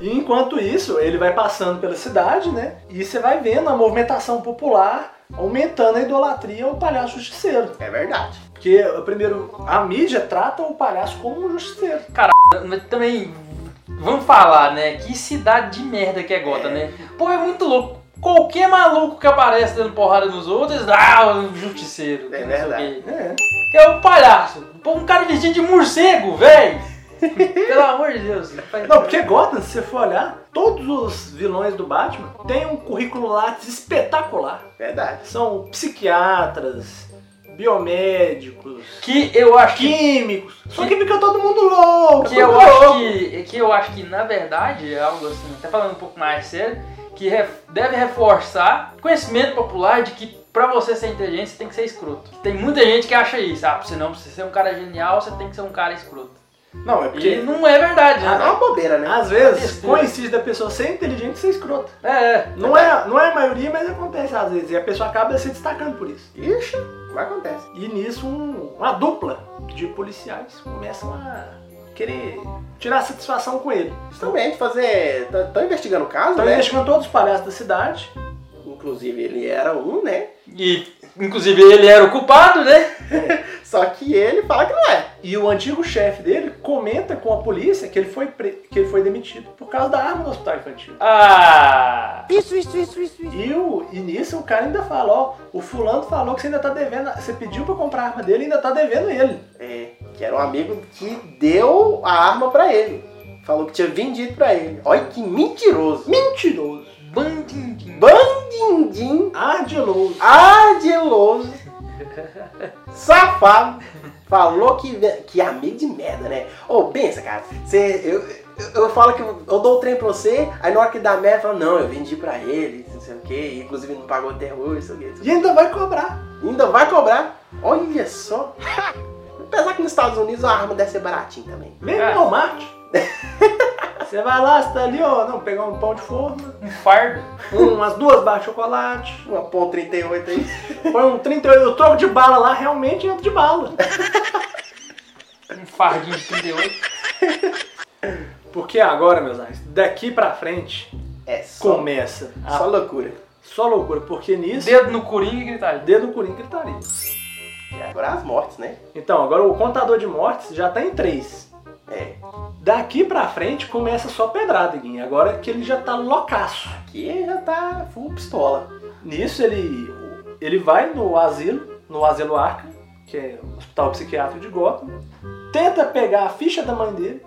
Speaker 3: E enquanto isso, ele vai passando pela cidade, né? E você vai vendo a movimentação popular aumentando a idolatria ao palhaço justiceiro.
Speaker 1: É verdade.
Speaker 3: Porque, primeiro, a mídia trata o palhaço como um justiceiro.
Speaker 2: Mas também, vamos falar, né? Que cidade de merda que é Gota, né? Pô, é muito louco. Qualquer maluco que aparece dando porrada nos outros, ah, um justiceiro.
Speaker 1: É
Speaker 2: não sei o
Speaker 1: verdade.
Speaker 2: quê.
Speaker 3: né?
Speaker 2: Que é um palhaço. Pô, um cara vestido de morcego, velho. Pelo amor de Deus. faz-
Speaker 3: Não, porque Gotham, se você for olhar, todos os vilões do Batman têm um currículo látis espetacular.
Speaker 1: Verdade.
Speaker 3: São psiquiatras, biomédicos,
Speaker 2: Que eu acho que
Speaker 3: químicos. Só que fica todo mundo louco.
Speaker 2: que eu
Speaker 3: todo
Speaker 2: acho
Speaker 3: louco.
Speaker 2: que, que eu acho que na verdade é algo assim, até falando um pouco mais sério, que ref- deve reforçar conhecimento popular de que pra você ser inteligente você tem que ser escroto. Tem muita gente que acha isso, ah, senão pra você ser um cara genial você tem que ser um cara escroto.
Speaker 3: Não, é
Speaker 2: E
Speaker 3: porque
Speaker 2: não é verdade,
Speaker 1: Ah, não é
Speaker 2: né?
Speaker 1: uma bobeira, né?
Speaker 3: às vezes
Speaker 2: Besteira.
Speaker 3: coincide da pessoa ser inteligente e ser escrota.
Speaker 2: É, é.
Speaker 3: Não é, não é a maioria, mas acontece às vezes. E a pessoa acaba se destacando por isso.
Speaker 1: Ixi, mas acontece.
Speaker 3: E nisso, um- uma dupla de policiais começam a querer tirar satisfação com ele.
Speaker 1: Justamente, fazer. Estão investigando o caso,
Speaker 3: Estão
Speaker 2: É.
Speaker 1: né?
Speaker 3: investigando todos os palhaços da cidade.
Speaker 1: Inclusive, ele era um, né?
Speaker 2: E inclusive ele era o culpado, né?
Speaker 1: Só que ele fala que não é.
Speaker 3: E o antigo chefe dele comenta com a polícia que ele foi, pre- que ele foi demitido por causa da arma do hospital infantil.
Speaker 2: Ah,
Speaker 4: Isso, isso, isso, isso, isso.
Speaker 3: E, o, e nisso o cara ainda fala, ó, o fulano falou que você ainda tá devendo, a- você pediu pra comprar a arma dele e ainda tá devendo ele.
Speaker 1: É, que era um amigo que deu a arma pra ele. Falou que tinha vendido pra ele. Olha que mentiroso.
Speaker 3: Mentiroso.
Speaker 2: bandindim.
Speaker 1: Bandindim,
Speaker 3: Ardiloso.
Speaker 1: ardiloso, safado. Falou que, ve- que é amigo de merda, né? Ô, pensa, cara. Você, eu, eu, eu falo que eu, eu dou o trem pra você, aí na hora que dá merda, fala, não, eu vendi pra ele, não sei o que, inclusive não pagou até hoje, não sei o quê, não sei o
Speaker 3: E ainda vai cobrar.
Speaker 1: quê. Ainda vai cobrar. Olha só. Apesar que nos Estados Unidos a arma deve ser baratinha também.
Speaker 3: Mesmo
Speaker 2: É.
Speaker 3: no Walmart. Você vai lá, você tá ali, ó, não, pegar um pão de forma,
Speaker 2: Um fardo.
Speaker 3: umas duas barras de chocolate,
Speaker 1: Uma pão 38 aí.
Speaker 3: põe um 38, o troco de bala lá, realmente entra de bala.
Speaker 2: Um fardinho de 38.
Speaker 3: Porque agora, meus amigos, daqui pra frente,
Speaker 1: É só,
Speaker 3: começa a
Speaker 1: só loucura.
Speaker 3: Só loucura, porque nisso, é
Speaker 2: Dedo no coringa e gritar.
Speaker 3: dedo no Coringa tá gritaria.
Speaker 1: E agora as mortes, né?
Speaker 3: Então, agora o contador de mortes já tá em 3.
Speaker 1: É.
Speaker 3: Daqui pra frente começa só pedrada, Guinho. Agora que ele já tá loucaço.
Speaker 1: Aqui já tá full pistola.
Speaker 3: Nisso ele, ele vai no asilo, no asilo Arca, que é o hospital psiquiátrico de Gotham, tenta pegar a ficha da mãe dele.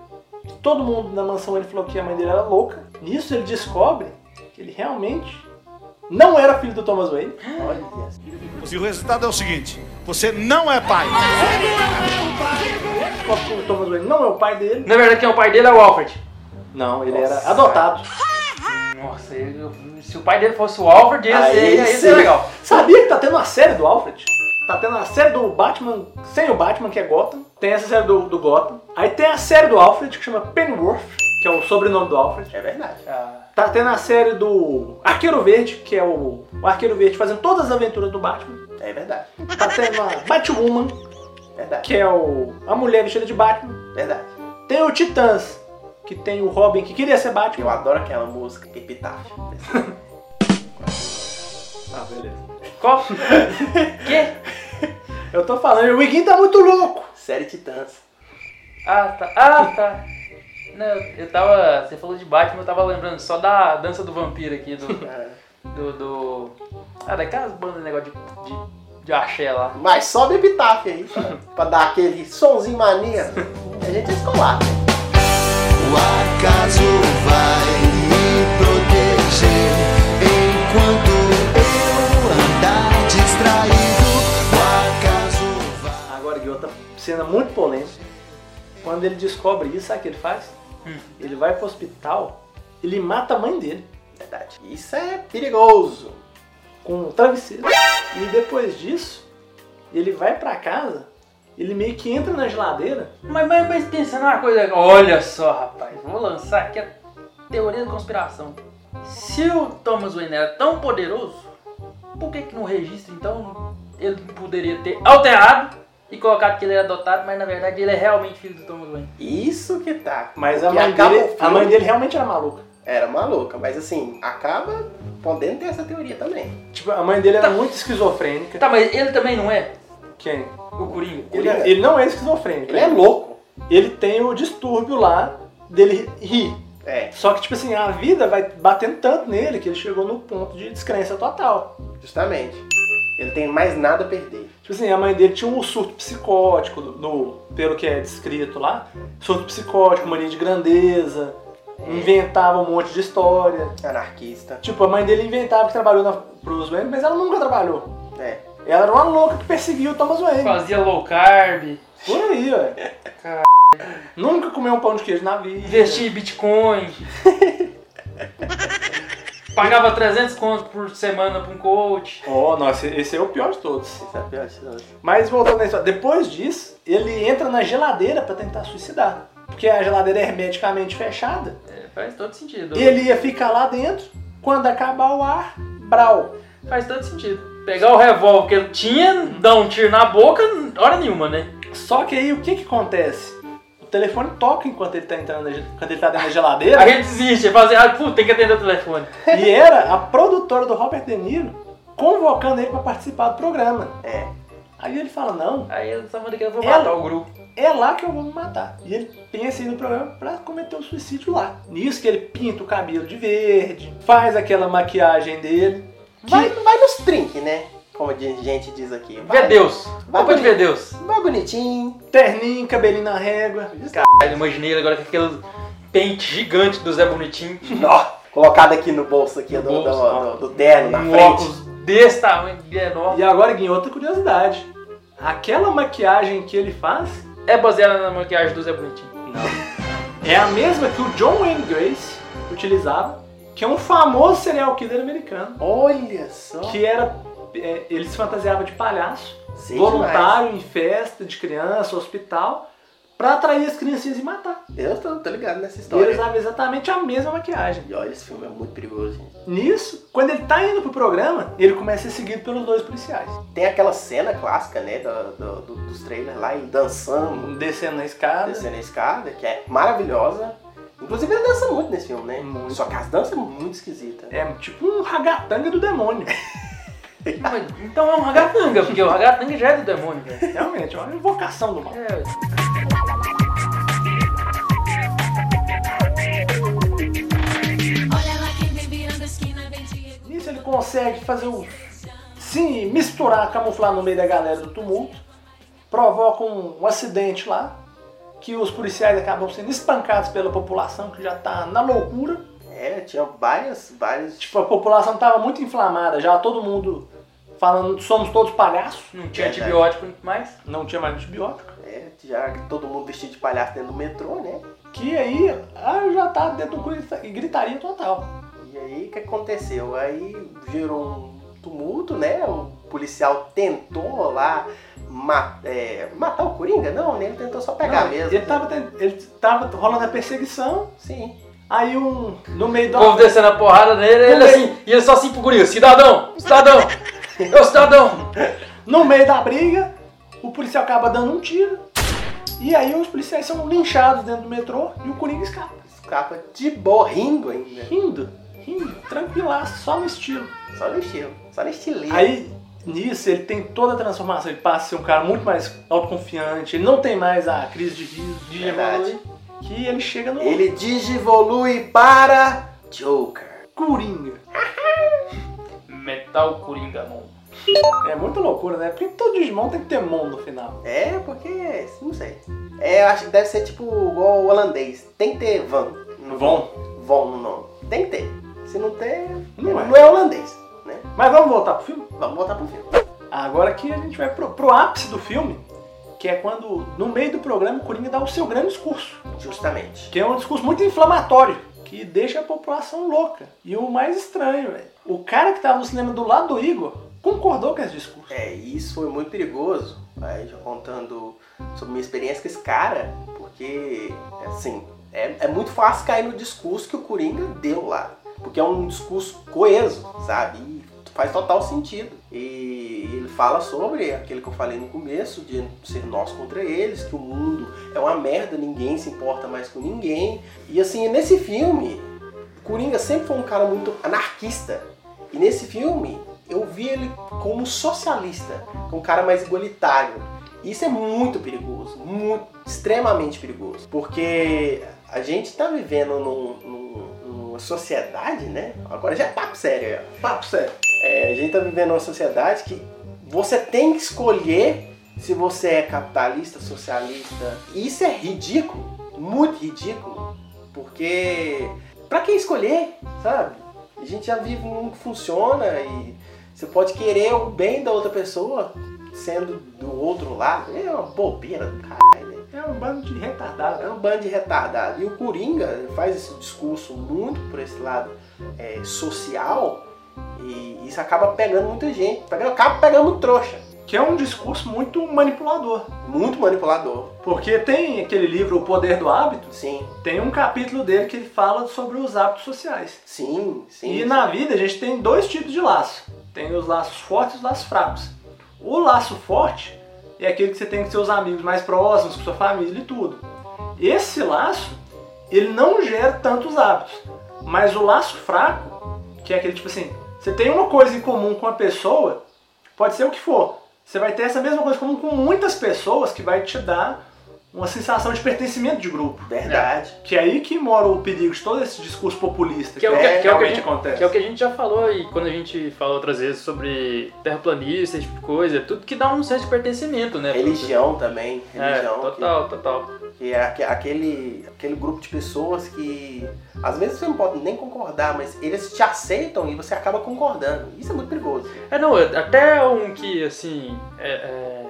Speaker 3: Todo mundo na mansão ele falou que a mãe dele era louca. Nisso ele descobre que ele realmente não era filho do Thomas Wayne.
Speaker 1: Olha
Speaker 5: E o resultado é o seguinte: você não é pai.
Speaker 3: Descobre que o Thomas Wayne não é o pai dele.
Speaker 2: Na verdade quem é o pai dele é o Alfred.
Speaker 3: Não, ele
Speaker 1: Nossa.
Speaker 3: era adotado.
Speaker 2: Nossa, eu- se o pai dele fosse o Alfred, ia
Speaker 1: Aí
Speaker 2: ser,
Speaker 3: é,
Speaker 2: ia ser
Speaker 1: sim.
Speaker 2: legal.
Speaker 3: Sabia que tá tendo uma série do Alfred? Tá tendo uma série do Batman sem o Batman, que é Gotham. Tem essa série do, do Gotham. Aí tem a série do Alfred, que chama Pennyworth, que é o sobrenome do Alfred.
Speaker 1: É verdade.
Speaker 2: Ah,
Speaker 3: Tá tendo a série do Arqueiro Verde, que é o, o Arqueiro Verde fazendo todas as aventuras do Batman.
Speaker 1: É verdade.
Speaker 3: Tá tendo a Batwoman,
Speaker 1: Verdade.
Speaker 3: que é o, a mulher vestida de Batman.
Speaker 1: Verdade.
Speaker 3: Tem o Titãs, que tem o Robin, que queria ser
Speaker 1: Eu
Speaker 3: Batman.
Speaker 1: adoro aquela música Epitáfio.
Speaker 3: Ah, beleza.
Speaker 2: qual? que?
Speaker 3: Eu tô falando, o Iguinho tá muito louco.
Speaker 1: Série Titãs.
Speaker 2: Ah, tá. Ah, tá. Não, eu tava. Você falou de Batman, eu tava lembrando só da dança do vampiro aqui, do.
Speaker 1: É.
Speaker 2: do. do- ah, daquelas bandas negócio de, de, de axé lá.
Speaker 1: Mas sobe Epitáfio aí, pra- pra dar aquele sonzinho maneiro. A gente é escolar. né?
Speaker 4: O acaso vai me proteger enquanto eu andar distraído. O acaso vai.
Speaker 3: Agora, Gui, outra cena muito polêmica. Quando ele descobre isso, sabe o que ele faz?
Speaker 1: Hum.
Speaker 3: Ele vai pro hospital, ele mata a mãe dele
Speaker 1: Verdade. Isso é perigoso.
Speaker 3: com um travesseiro. E depois disso, ele vai pra casa, ele meio que entra na geladeira.
Speaker 2: Mas, mas, mas pensando uma coisa. Olha só, rapaz, vou lançar aqui a teoria da conspiração. Se o Thomas Wayne era tão poderoso, por que, que no registro então ele poderia ter alterado e colocado que ele era adotado, mas na verdade ele é realmente filho do Thomas Wayne?
Speaker 1: Isso que tá.
Speaker 3: Mas a
Speaker 1: Porque
Speaker 3: mãe,
Speaker 1: acaba
Speaker 3: dele,
Speaker 1: o
Speaker 3: a
Speaker 1: filme-
Speaker 3: mãe dele realmente era maluca.
Speaker 1: Era maluca, mas assim, acaba podendo ter essa teoria também. Tá.
Speaker 3: Tipo, a mãe dele era muito esquizofrênica.
Speaker 2: Tá, mas ele Tá, também não é?
Speaker 3: Quem?
Speaker 2: O Coringa.
Speaker 3: Ele, ele não é esquizofrênico.
Speaker 1: Ele é louco.
Speaker 3: Ele tem o distúrbio lá dele rir.
Speaker 1: É.
Speaker 3: Só que, tipo assim, a vida vai batendo tanto nele que ele chegou no ponto de descrença total.
Speaker 1: Justamente. Ele tem mais nada a perder.
Speaker 3: Tipo assim, a mãe dele tinha um surto psicótico, no, no- pelo que é descrito lá. Surto psicótico, mania de grandeza, inventava um monte de história.
Speaker 1: Anarquista.
Speaker 3: Tipo, a mãe dele inventava que trabalhou na, pros Wayne, mas ela nunca trabalhou.
Speaker 1: É.
Speaker 3: Ela era uma louca que perseguia o Thomas Wayne.
Speaker 2: Fazia low carb,
Speaker 3: Por aí, ué. Nunca comeu um pão de queijo na vida.
Speaker 2: investia em Bitcoin. Pagava 300 contos por semana pra um coach.
Speaker 3: Oh, nossa, esse é o pior de todos.
Speaker 1: Isso é a pior coisa.
Speaker 3: Mas voltando à história, depois disso, ele entra na geladeira pra tentar suicidar. Porque a geladeira é hermeticamente fechada.
Speaker 2: É, faz todo sentido.
Speaker 3: E ele ia ficar lá dentro. Quando acabar o ar, brau.
Speaker 2: Faz todo sentido. Pegar o revólver que ele tinha, dar um tiro na boca, hora nenhuma, né?
Speaker 3: Só que aí o que que acontece? O telefone toca enquanto ele tá entrando na, ge- quando ele tá dentro da
Speaker 2: A
Speaker 3: geladeira.
Speaker 2: gente desiste, fazer, ah, puta, tem que atender o telefone.
Speaker 3: e era a produtora do Robert De Niro convocando ele pra participar do programa.
Speaker 1: É.
Speaker 3: Aí ele fala, não,
Speaker 2: Aí ele tava que eu vou
Speaker 3: Ela?
Speaker 2: matar o grupo.
Speaker 3: é lá que eu vou me matar. E ele pensa aí no programa pra cometer o suicídio lá. Nisso que ele pinta o cabelo de verde, faz aquela maquiagem dele.
Speaker 1: Vai, vai nos trinques, né? Como a gente diz aqui. Vai,
Speaker 2: Vê Deus.
Speaker 1: Vai
Speaker 2: Roupa de ver Deus.
Speaker 1: vai bonitinho.
Speaker 3: Terninho, cabelinho na régua.
Speaker 2: Aí eu imaginei ele agora com aquele pente gigante do Zé Bonitinho.
Speaker 1: Ó, colocado aqui no bolso aqui do, do,
Speaker 2: bolso,
Speaker 1: do, do terno, É, na
Speaker 2: um
Speaker 1: frente.
Speaker 2: óculos desse tamanho, de enorme.
Speaker 3: E agora, Guinho, outra curiosidade. Aquela maquiagem que ele faz
Speaker 2: É baseada na maquiagem do Zé Bonitinho.
Speaker 3: é a mesma que o John Wayne Grace utilizava, que é um famoso serial killer americano,
Speaker 1: Olha só.
Speaker 3: que era... é, ele se fantasiava de palhaço,
Speaker 1: Sim,
Speaker 3: voluntário em festa de criança, hospital, pra atrair as criancinhas e matar.
Speaker 1: demais. Eu tô, tô ligado nessa
Speaker 3: E ele
Speaker 1: história.
Speaker 3: usava exatamente a mesma maquiagem.
Speaker 1: E olha, esse filme é muito perigoso, gente.
Speaker 3: Nisso, quando ele tá indo pro programa, ele começa a ser seguido pelos dois policiais.
Speaker 1: Tem aquela cena clássica, né? Do, do- do- dos trailers lá, ele dançando,
Speaker 3: Um Descendo na escada.
Speaker 1: descendo a escada, que é maravilhosa. Inclusive, ele dança muito nesse filme, né?
Speaker 3: Muito.
Speaker 1: Só que as danças é muito esquisita.
Speaker 3: É tipo um ragatanga do demônio.
Speaker 2: Mas, Então é um ragatanga, porque o ragatanga já é do demônio, cara.
Speaker 3: Realmente, é uma invocação do mal.
Speaker 2: É,
Speaker 3: Nisso ele consegue fazer o. se misturar, camuflar no meio da galera do tumulto. Provoca um, um acidente lá. Que os policiais acabam sendo espancados pela população que já tá na loucura.
Speaker 1: É, tinha várias, várias.
Speaker 3: Tipo, a população tava muito inflamada já, todo mundo falando somos todos palhaços.
Speaker 2: não tinha
Speaker 1: É,
Speaker 2: antibiótico mais.
Speaker 3: Não tinha mais antibiótico.
Speaker 1: É, já que todo mundo vestido de palhaço dentro do metrô, né?
Speaker 3: Que aí ah, já tá dentro do cu e gritaria total.
Speaker 1: E aí o que aconteceu? Aí gerou um tumulto, né? O policial tentou lá ma- é, matar o Coringa? Não, né? Ele tentou só pegar
Speaker 3: Não,
Speaker 1: mesmo.
Speaker 3: Ele tava, ten- ele tava rolando a perseguição,
Speaker 1: Sim.
Speaker 3: aí um. No meio
Speaker 2: O
Speaker 3: da.
Speaker 2: povo descendo a porrada nele, ele
Speaker 3: Não,
Speaker 2: assim, e ele só assim pro guri, cidadão, cidadão, ô cidadão.
Speaker 3: No meio da briga, o policial acaba dando um tiro. E aí os policiais são linchados dentro do metrô e o Coringa escapa.
Speaker 1: Escapa de borrindo ainda.
Speaker 3: Rindo, rindo, tranquilaço, só no estilo.
Speaker 1: Só no estilo. Só no estilinho.
Speaker 3: Aí, nisso, ele tem toda a transformação. Ele passa a ser um cara muito mais autoconfiante, ele não tem mais a crise de riso, de
Speaker 1: Verdade.
Speaker 3: evoluir, que ele chega no
Speaker 1: Ele digivolui para Joker.
Speaker 3: Coringa.
Speaker 2: Metal Coringa, mão.
Speaker 3: É muita loucura, né? Porque todo Digimon tem que ter Mon no final.
Speaker 1: É, porque. Não sei. É, eu acho que deve ser tipo igual o holandês. Tem que ter Van. no-
Speaker 3: Von.
Speaker 1: Von no nome. Tem que ter. Se não ter,
Speaker 3: Não é.
Speaker 1: não é holandês. Né?
Speaker 3: Mas vamos voltar pro filme?
Speaker 1: Vamos voltar pro filme.
Speaker 3: Agora que a gente vai pro, pro ápice do filme, que é quando, no meio do programa, o Coringa dá o seu grande discurso.
Speaker 1: Justamente.
Speaker 3: Que é um discurso muito inflamatório, que deixa a população louca. E o mais estranho, velho, o cara que tava no cinema do lado do Igor concordou com esse discurso.
Speaker 1: É, e isso foi muito perigoso. Aí já contando sobre minha experiência com esse cara, porque, assim, é, é muito fácil cair no discurso que o Coringa deu lá. Porque é um discurso coeso, sabe? E faz total sentido. E ele fala sobre aquele que eu falei no começo, de ser nós contra eles, que o mundo é uma merda, ninguém se importa mais com ninguém. E assim, nesse filme, o Coringa sempre foi um cara muito anarquista. E nesse filme, eu vi ele como socialista, como um cara mais igualitário. Isso é muito perigoso, muito, extremamente perigoso, porque a gente está vivendo num- num- numa sociedade, né? Agora já é papo sério, aí, ó.
Speaker 3: Papo sério.
Speaker 1: É, a gente tá vivendo uma sociedade que você tem que escolher se você é capitalista, socialista. E isso é ridículo, muito ridículo, porque pra que escolher, sabe? A gente já vive num mundo que funciona e você pode querer o bem da outra pessoa sendo do outro lado. É uma bobeira do caralho, né?
Speaker 3: É um bando de retardado.
Speaker 1: É um bando de retardado. E o Coringa ele faz esse discurso muito por esse lado é, social e isso acaba pegando muita gente. Pega- Acaba pegando trouxa.
Speaker 3: Que é um discurso muito manipulador.
Speaker 1: Muito manipulador.
Speaker 3: Porque tem aquele livro O Poder do Hábito,
Speaker 1: Sim,
Speaker 3: tem um capítulo dele que ele fala sobre os hábitos sociais.
Speaker 1: sim, sim.
Speaker 3: E na vida a gente tem dois tipos de laço. Tem os laços fortes e os laços fracos. O laço forte é aquele que você tem com seus amigos mais próximos, com sua família e tudo. Esse laço, ele não gera tantos hábitos. Mas o laço fraco, que é aquele tipo assim, você tem uma coisa em comum com a pessoa, pode ser o que for. Você vai ter essa mesma coisa em comum com muitas pessoas que vai te dar uma sensação de pertencimento de grupo.
Speaker 1: Verdade.
Speaker 3: Que é aí que mora o perigo de todo esse discurso populista
Speaker 2: Que é o
Speaker 1: que- que é o que a
Speaker 3: realmente
Speaker 2: gente-
Speaker 3: acontece.
Speaker 2: Que é o que a gente já falou aí quando a gente falou outras vezes sobre terraplanista, esse tipo de coisa, tudo que dá um senso de pertencimento, né?
Speaker 1: Religião também.
Speaker 2: É,
Speaker 1: Religião. que-
Speaker 2: total, total.
Speaker 1: Que é aque- aquele, aquele grupo de pessoas que às vezes você não pode nem concordar, mas eles te aceitam e você acaba concordando. Isso é muito perigoso.
Speaker 2: É, não, até um que, assim, é, é,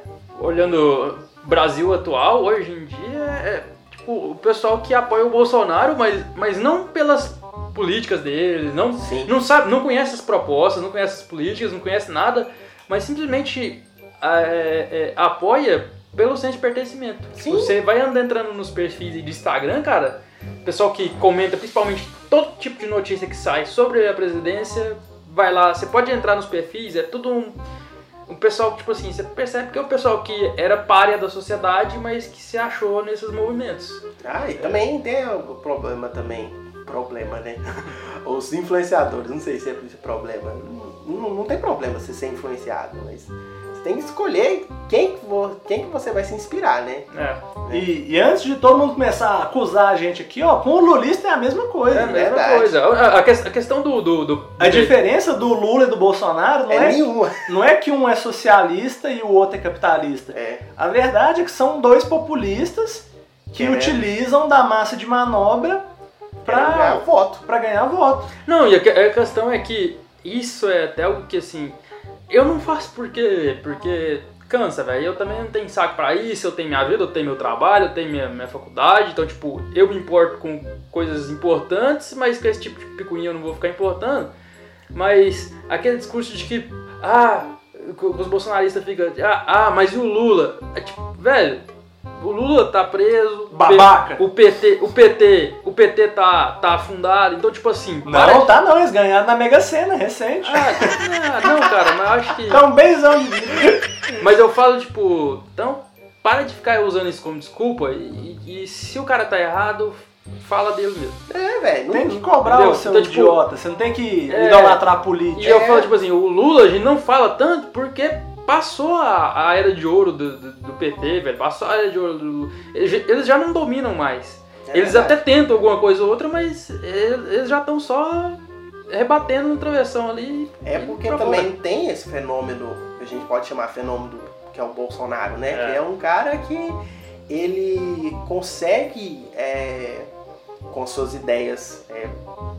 Speaker 2: olhando o Brasil atual, hoje em dia, é, tipo, o pessoal que apoia o Bolsonaro, mas, mas não pelas políticas dele, não,
Speaker 1: Sim.
Speaker 2: não sabe, não conhece as propostas, não conhece as políticas, não conhece nada, mas simplesmente é, é, apoia pelo senso de pertencimento.
Speaker 1: Sim.
Speaker 2: Você vai andando entrando nos perfis de Instagram, cara, pessoal que comenta principalmente todo tipo de notícia que sai sobre a presidência, vai lá, você pode entrar nos perfis, é tudo um, um pessoal que, tipo assim, você percebe que é um pessoal que era párea da sociedade, mas que se achou nesses movimentos.
Speaker 1: Ah, e também tem o problema também. Problema, né? Os influenciadores, não sei se é esse problema. Não, não- não tem problema você ser influenciado, mas você tem que escolher quem que, vo- quem que você vai se inspirar, né?
Speaker 2: É.
Speaker 3: E, e antes de todo mundo começar a acusar a gente aqui, ó, com o lulista é a mesma coisa.
Speaker 2: É a mesma
Speaker 1: verdade.
Speaker 2: coisa. A, a ques- a questão do. do, do-
Speaker 3: A diferença do Lula e do Bolsonaro não
Speaker 1: É
Speaker 3: é,
Speaker 1: nenhuma.
Speaker 3: não é que um é socialista e o outro é capitalista.
Speaker 1: É,
Speaker 3: A verdade é que são dois populistas que
Speaker 1: É.
Speaker 3: utilizam da massa de manobra
Speaker 1: pra ganhar
Speaker 3: pra,
Speaker 1: é um voto.
Speaker 3: pra ganhar voto.
Speaker 2: Não, e a, que- a questão é que isso é até algo que assim. Eu não faço porque. porque cansa, velho. Eu também não tenho saco pra isso, eu tenho minha vida, eu tenho meu trabalho, eu tenho minha, minha faculdade. Então, tipo, eu me importo com coisas importantes, mas com esse tipo de picuinha eu não vou ficar importando. Mas aquele discurso de que. Ah, que os bolsonaristas ficam. Ah, ah, mas e o Lula? É tipo, velho, o Lula tá preso.
Speaker 3: Babaca.
Speaker 2: O PT, o PT, o PT tá, tá afundado. Então, tipo assim, para
Speaker 3: Não, tá não, eles ganharam na Mega Sena recente.
Speaker 2: ah, não, cara, mas eu acho que.
Speaker 3: Tá um beijão de vida.
Speaker 2: Mas eu falo, tipo, então, para de ficar usando isso como desculpa e, e se o cara tá errado, fala dele mesmo.
Speaker 1: É, velho.
Speaker 3: Tem
Speaker 1: Não...
Speaker 3: que cobrar
Speaker 2: Entendeu?
Speaker 3: o seu
Speaker 2: Então, tipo,
Speaker 3: idiota, você não tem que
Speaker 2: é.
Speaker 3: idolatrar a política.
Speaker 2: E eu
Speaker 1: É.
Speaker 2: falo, tipo assim, o Lula a gente não fala tanto porque passou a, a era de ouro do, do, do PT, velho. Passou a era de ouro do Lula. Eles já- eles já não dominam mais.
Speaker 1: É
Speaker 2: Eles
Speaker 1: verdade.
Speaker 2: até tentam alguma coisa ou outra, mas eles eles já estão só rebatendo no travessão ali.
Speaker 1: É
Speaker 2: e
Speaker 1: porque
Speaker 2: pra fora.
Speaker 1: também tem esse fenômeno que a gente pode chamar fenômeno que é o Bolsonaro, né?
Speaker 2: É.
Speaker 1: Que é um cara que ele consegue, é, com suas ideias é,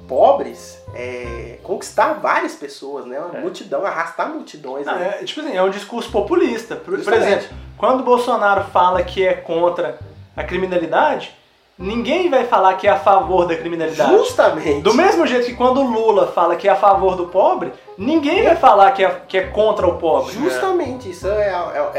Speaker 1: pobres, é, conquistar várias pessoas, né? Uma
Speaker 2: É.
Speaker 1: multidão, arrastar multidões.
Speaker 3: Não,
Speaker 1: né?
Speaker 3: é, tipo assim, é um discurso populista. Por, por
Speaker 1: Justamente.
Speaker 3: exemplo, quando o Bolsonaro fala que é contra a criminalidade, ninguém vai falar que é a favor da criminalidade.
Speaker 1: Justamente.
Speaker 3: Do mesmo jeito que quando o Lula fala que é a favor do pobre, ninguém vai falar que é, que é contra o pobre.
Speaker 1: Justamente. Isso é, é, é-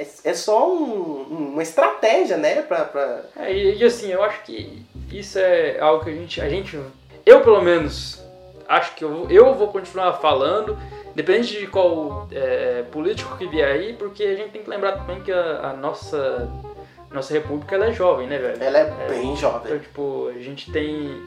Speaker 1: é- é só um- uma estratégia, né? Pra, pra-
Speaker 2: É, e, e assim, eu acho que isso é algo que a gente. A gente eu, pelo menos, acho que eu, vou- eu vou continuar falando, depende de qual é, político que vier aí, porque a gente tem que lembrar também que a, a nossa, nossa república ela é jovem, né, velho?
Speaker 1: Ela é bem jovem.
Speaker 2: Então, tipo, a gente tem.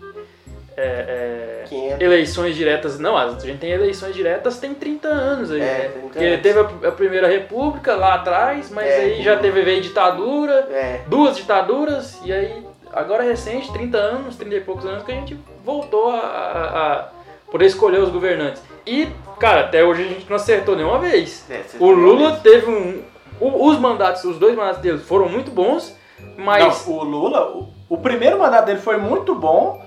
Speaker 2: é, é,
Speaker 1: 500.
Speaker 2: eleições diretas. Não, a gente tem eleições diretas tem 30 anos aí.
Speaker 1: É,
Speaker 2: né?
Speaker 1: 30
Speaker 2: Porque
Speaker 1: anos.
Speaker 2: teve a, a primeira república lá atrás, mas
Speaker 1: É,
Speaker 2: aí já teve veio ditadura,
Speaker 1: É,
Speaker 2: duas ditaduras, e aí agora recente, 30 anos, 30 e poucos anos, que a gente voltou a, a- a poder escolher os governantes. E, cara, até hoje a gente não acertou nenhuma vez.
Speaker 1: é, você
Speaker 2: O
Speaker 1: tem
Speaker 2: Lula
Speaker 1: razão.
Speaker 2: teve um. o- Os mandatos, os dois mandatos dele foram muito bons, mas.
Speaker 3: Não, o Lula, o, o primeiro mandato dele foi muito bom,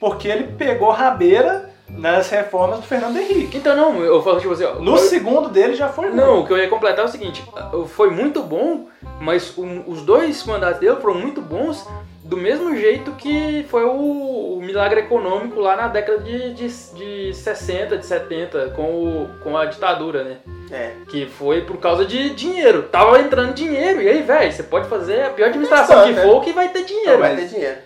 Speaker 3: porque ele pegou rabeira nas reformas do Fernando Henrique.
Speaker 2: Então não, eu falo tipo assim, ó.
Speaker 3: No segundo dele já foi ruim.
Speaker 2: Não, o que eu ia completar é o seguinte: foi muito bom, mas o- os dois mandatos dele foram muito bons, do mesmo jeito que foi o, o milagre econômico lá na década de, de, de 60, de 70, com, o, com a ditadura, né?
Speaker 1: É.
Speaker 2: Que foi por causa de dinheiro. Tava entrando dinheiro, e aí, velho, você pode fazer a pior administração que
Speaker 1: Pensando, né?
Speaker 2: for que vai ter dinheiro.
Speaker 1: Não é- vai ter dinheiro.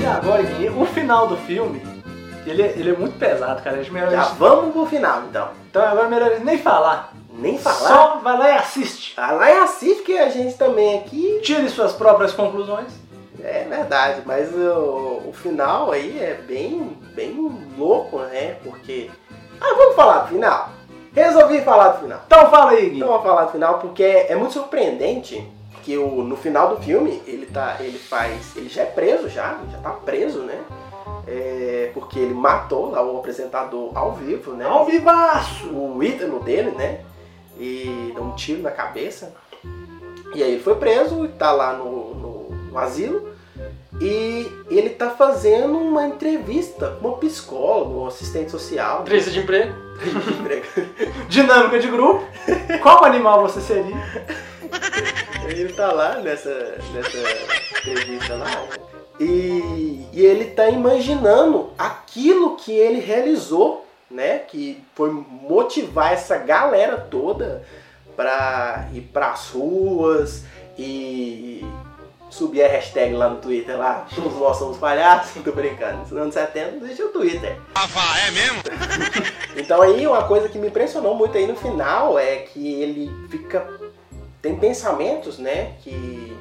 Speaker 3: E agora, Gui, o final do filme, ele, é- ele é muito pesado, cara. Acho melhor a
Speaker 1: Já
Speaker 3: gente-
Speaker 1: vamos pro final, então.
Speaker 3: Então agora é melhor a gente nem falar.
Speaker 1: Nem falar.
Speaker 3: Só vai lá e assiste.
Speaker 1: Ah, Lá é assim que a gente também aqui.
Speaker 3: Tire suas próprias conclusões.
Speaker 1: É verdade, mas o, o final aí é bem, bem louco, né? Porque. Ah, vamos falar do final. Resolvi falar do final.
Speaker 3: Então fala aí, Gui.
Speaker 1: Então vou falar do final porque é muito surpreendente que o, no final do filme ele tá. ele faz. ele já é preso já, já tá preso, né? É, porque ele matou lá o apresentador ao vivo, né?
Speaker 3: Ao vivaço!
Speaker 1: o um ídolo dele, né? E dá um tiro na cabeça. E aí ele foi preso e tá lá no, no- no asilo. E ele tá fazendo uma entrevista com uma psicóloga, um assistente social.
Speaker 2: Entrevista de emprego.
Speaker 3: Dinâmica de grupo. Qual animal você seria?
Speaker 1: Ele tá lá nessa, nessa entrevista lá. né? E, e ele tá imaginando aquilo que ele realizou, né? Que foi motivar essa galera toda pra ir pras ruas e subir a hashtag lá no Twitter lá. Todos nós somos palhaços, tô brincando. Nos anos 70 não existia o Twitter. Então aí uma coisa que me impressionou muito aí no final é que ele fica tem pensamentos, né, que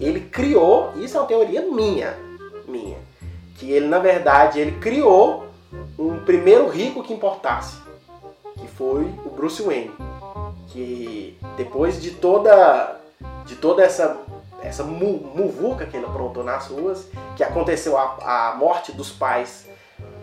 Speaker 1: ele criou, isso é uma teoria minha, minha, que ele na verdade ele criou um primeiro rico que importasse, que foi o Bruce Wayne, que depois de toda de toda essa essa mu- muvuca que ele aprontou nas ruas, que aconteceu a, a morte dos pais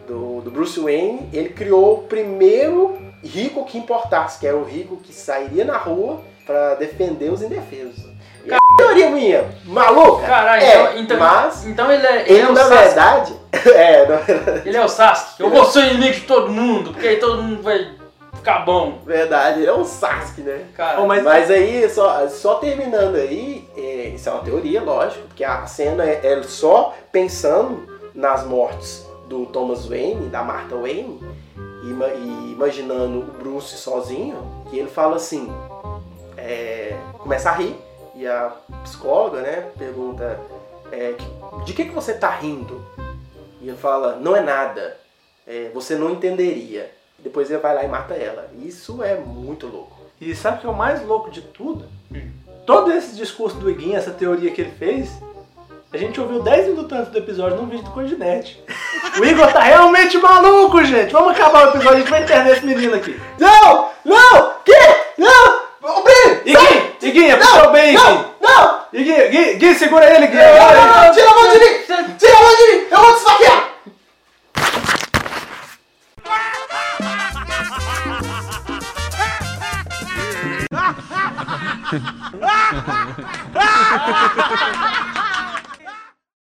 Speaker 1: do, do Bruce Wayne, ele criou o primeiro rico que importasse, que era o rico que sairia na rua pra defender os indefesos. E é teoria minha, maluca!
Speaker 2: Caralho,
Speaker 1: é,
Speaker 2: então, então,
Speaker 1: mas
Speaker 2: então ele é.
Speaker 1: ele,
Speaker 2: é o
Speaker 1: na
Speaker 2: Sasuke.
Speaker 1: verdade, é, na
Speaker 2: Ele é o Sasuke. Eu vou ser inimigo de todo mundo, porque aí todo mundo vai ficar bom.
Speaker 1: verdade, ele é um Sasuke, né?
Speaker 2: Cara,
Speaker 3: Ô, mas,
Speaker 1: Mas aí, só, só terminando aí, é, isso é uma teoria, lógico, porque a cena é, é só pensando nas mortes do Thomas Wayne, da Martha Wayne, e, ima- e imaginando o Bruce sozinho, que ele fala assim, é, começa a rir, e a psicóloga, né, pergunta, é, "Que- de que, que você tá rindo? E ele fala, não é nada, é, você não entenderia. Depois ele vai lá e mata ela. Isso é muito louco.
Speaker 3: e sabe o que é o mais louco de tudo? Todo esse discurso do Iguinho, essa teoria que ele fez, a gente ouviu 10 minutos antes do episódio num vídeo do Condinete. O Igor tá realmente maluco, gente! Vamos acabar o episódio, a gente vai internar esse menino aqui.
Speaker 1: Não! Não! Que? Não! Ô, Breno!
Speaker 3: Iguinho! Iguinho, é pro seu bem, Iguinho!
Speaker 1: Não! Não!
Speaker 3: Iguinho, Gui, Gui, segura ele, Gui!
Speaker 1: Não! Tira a mão de mim! Tira a mão de mim! Eu vou te esfaquear!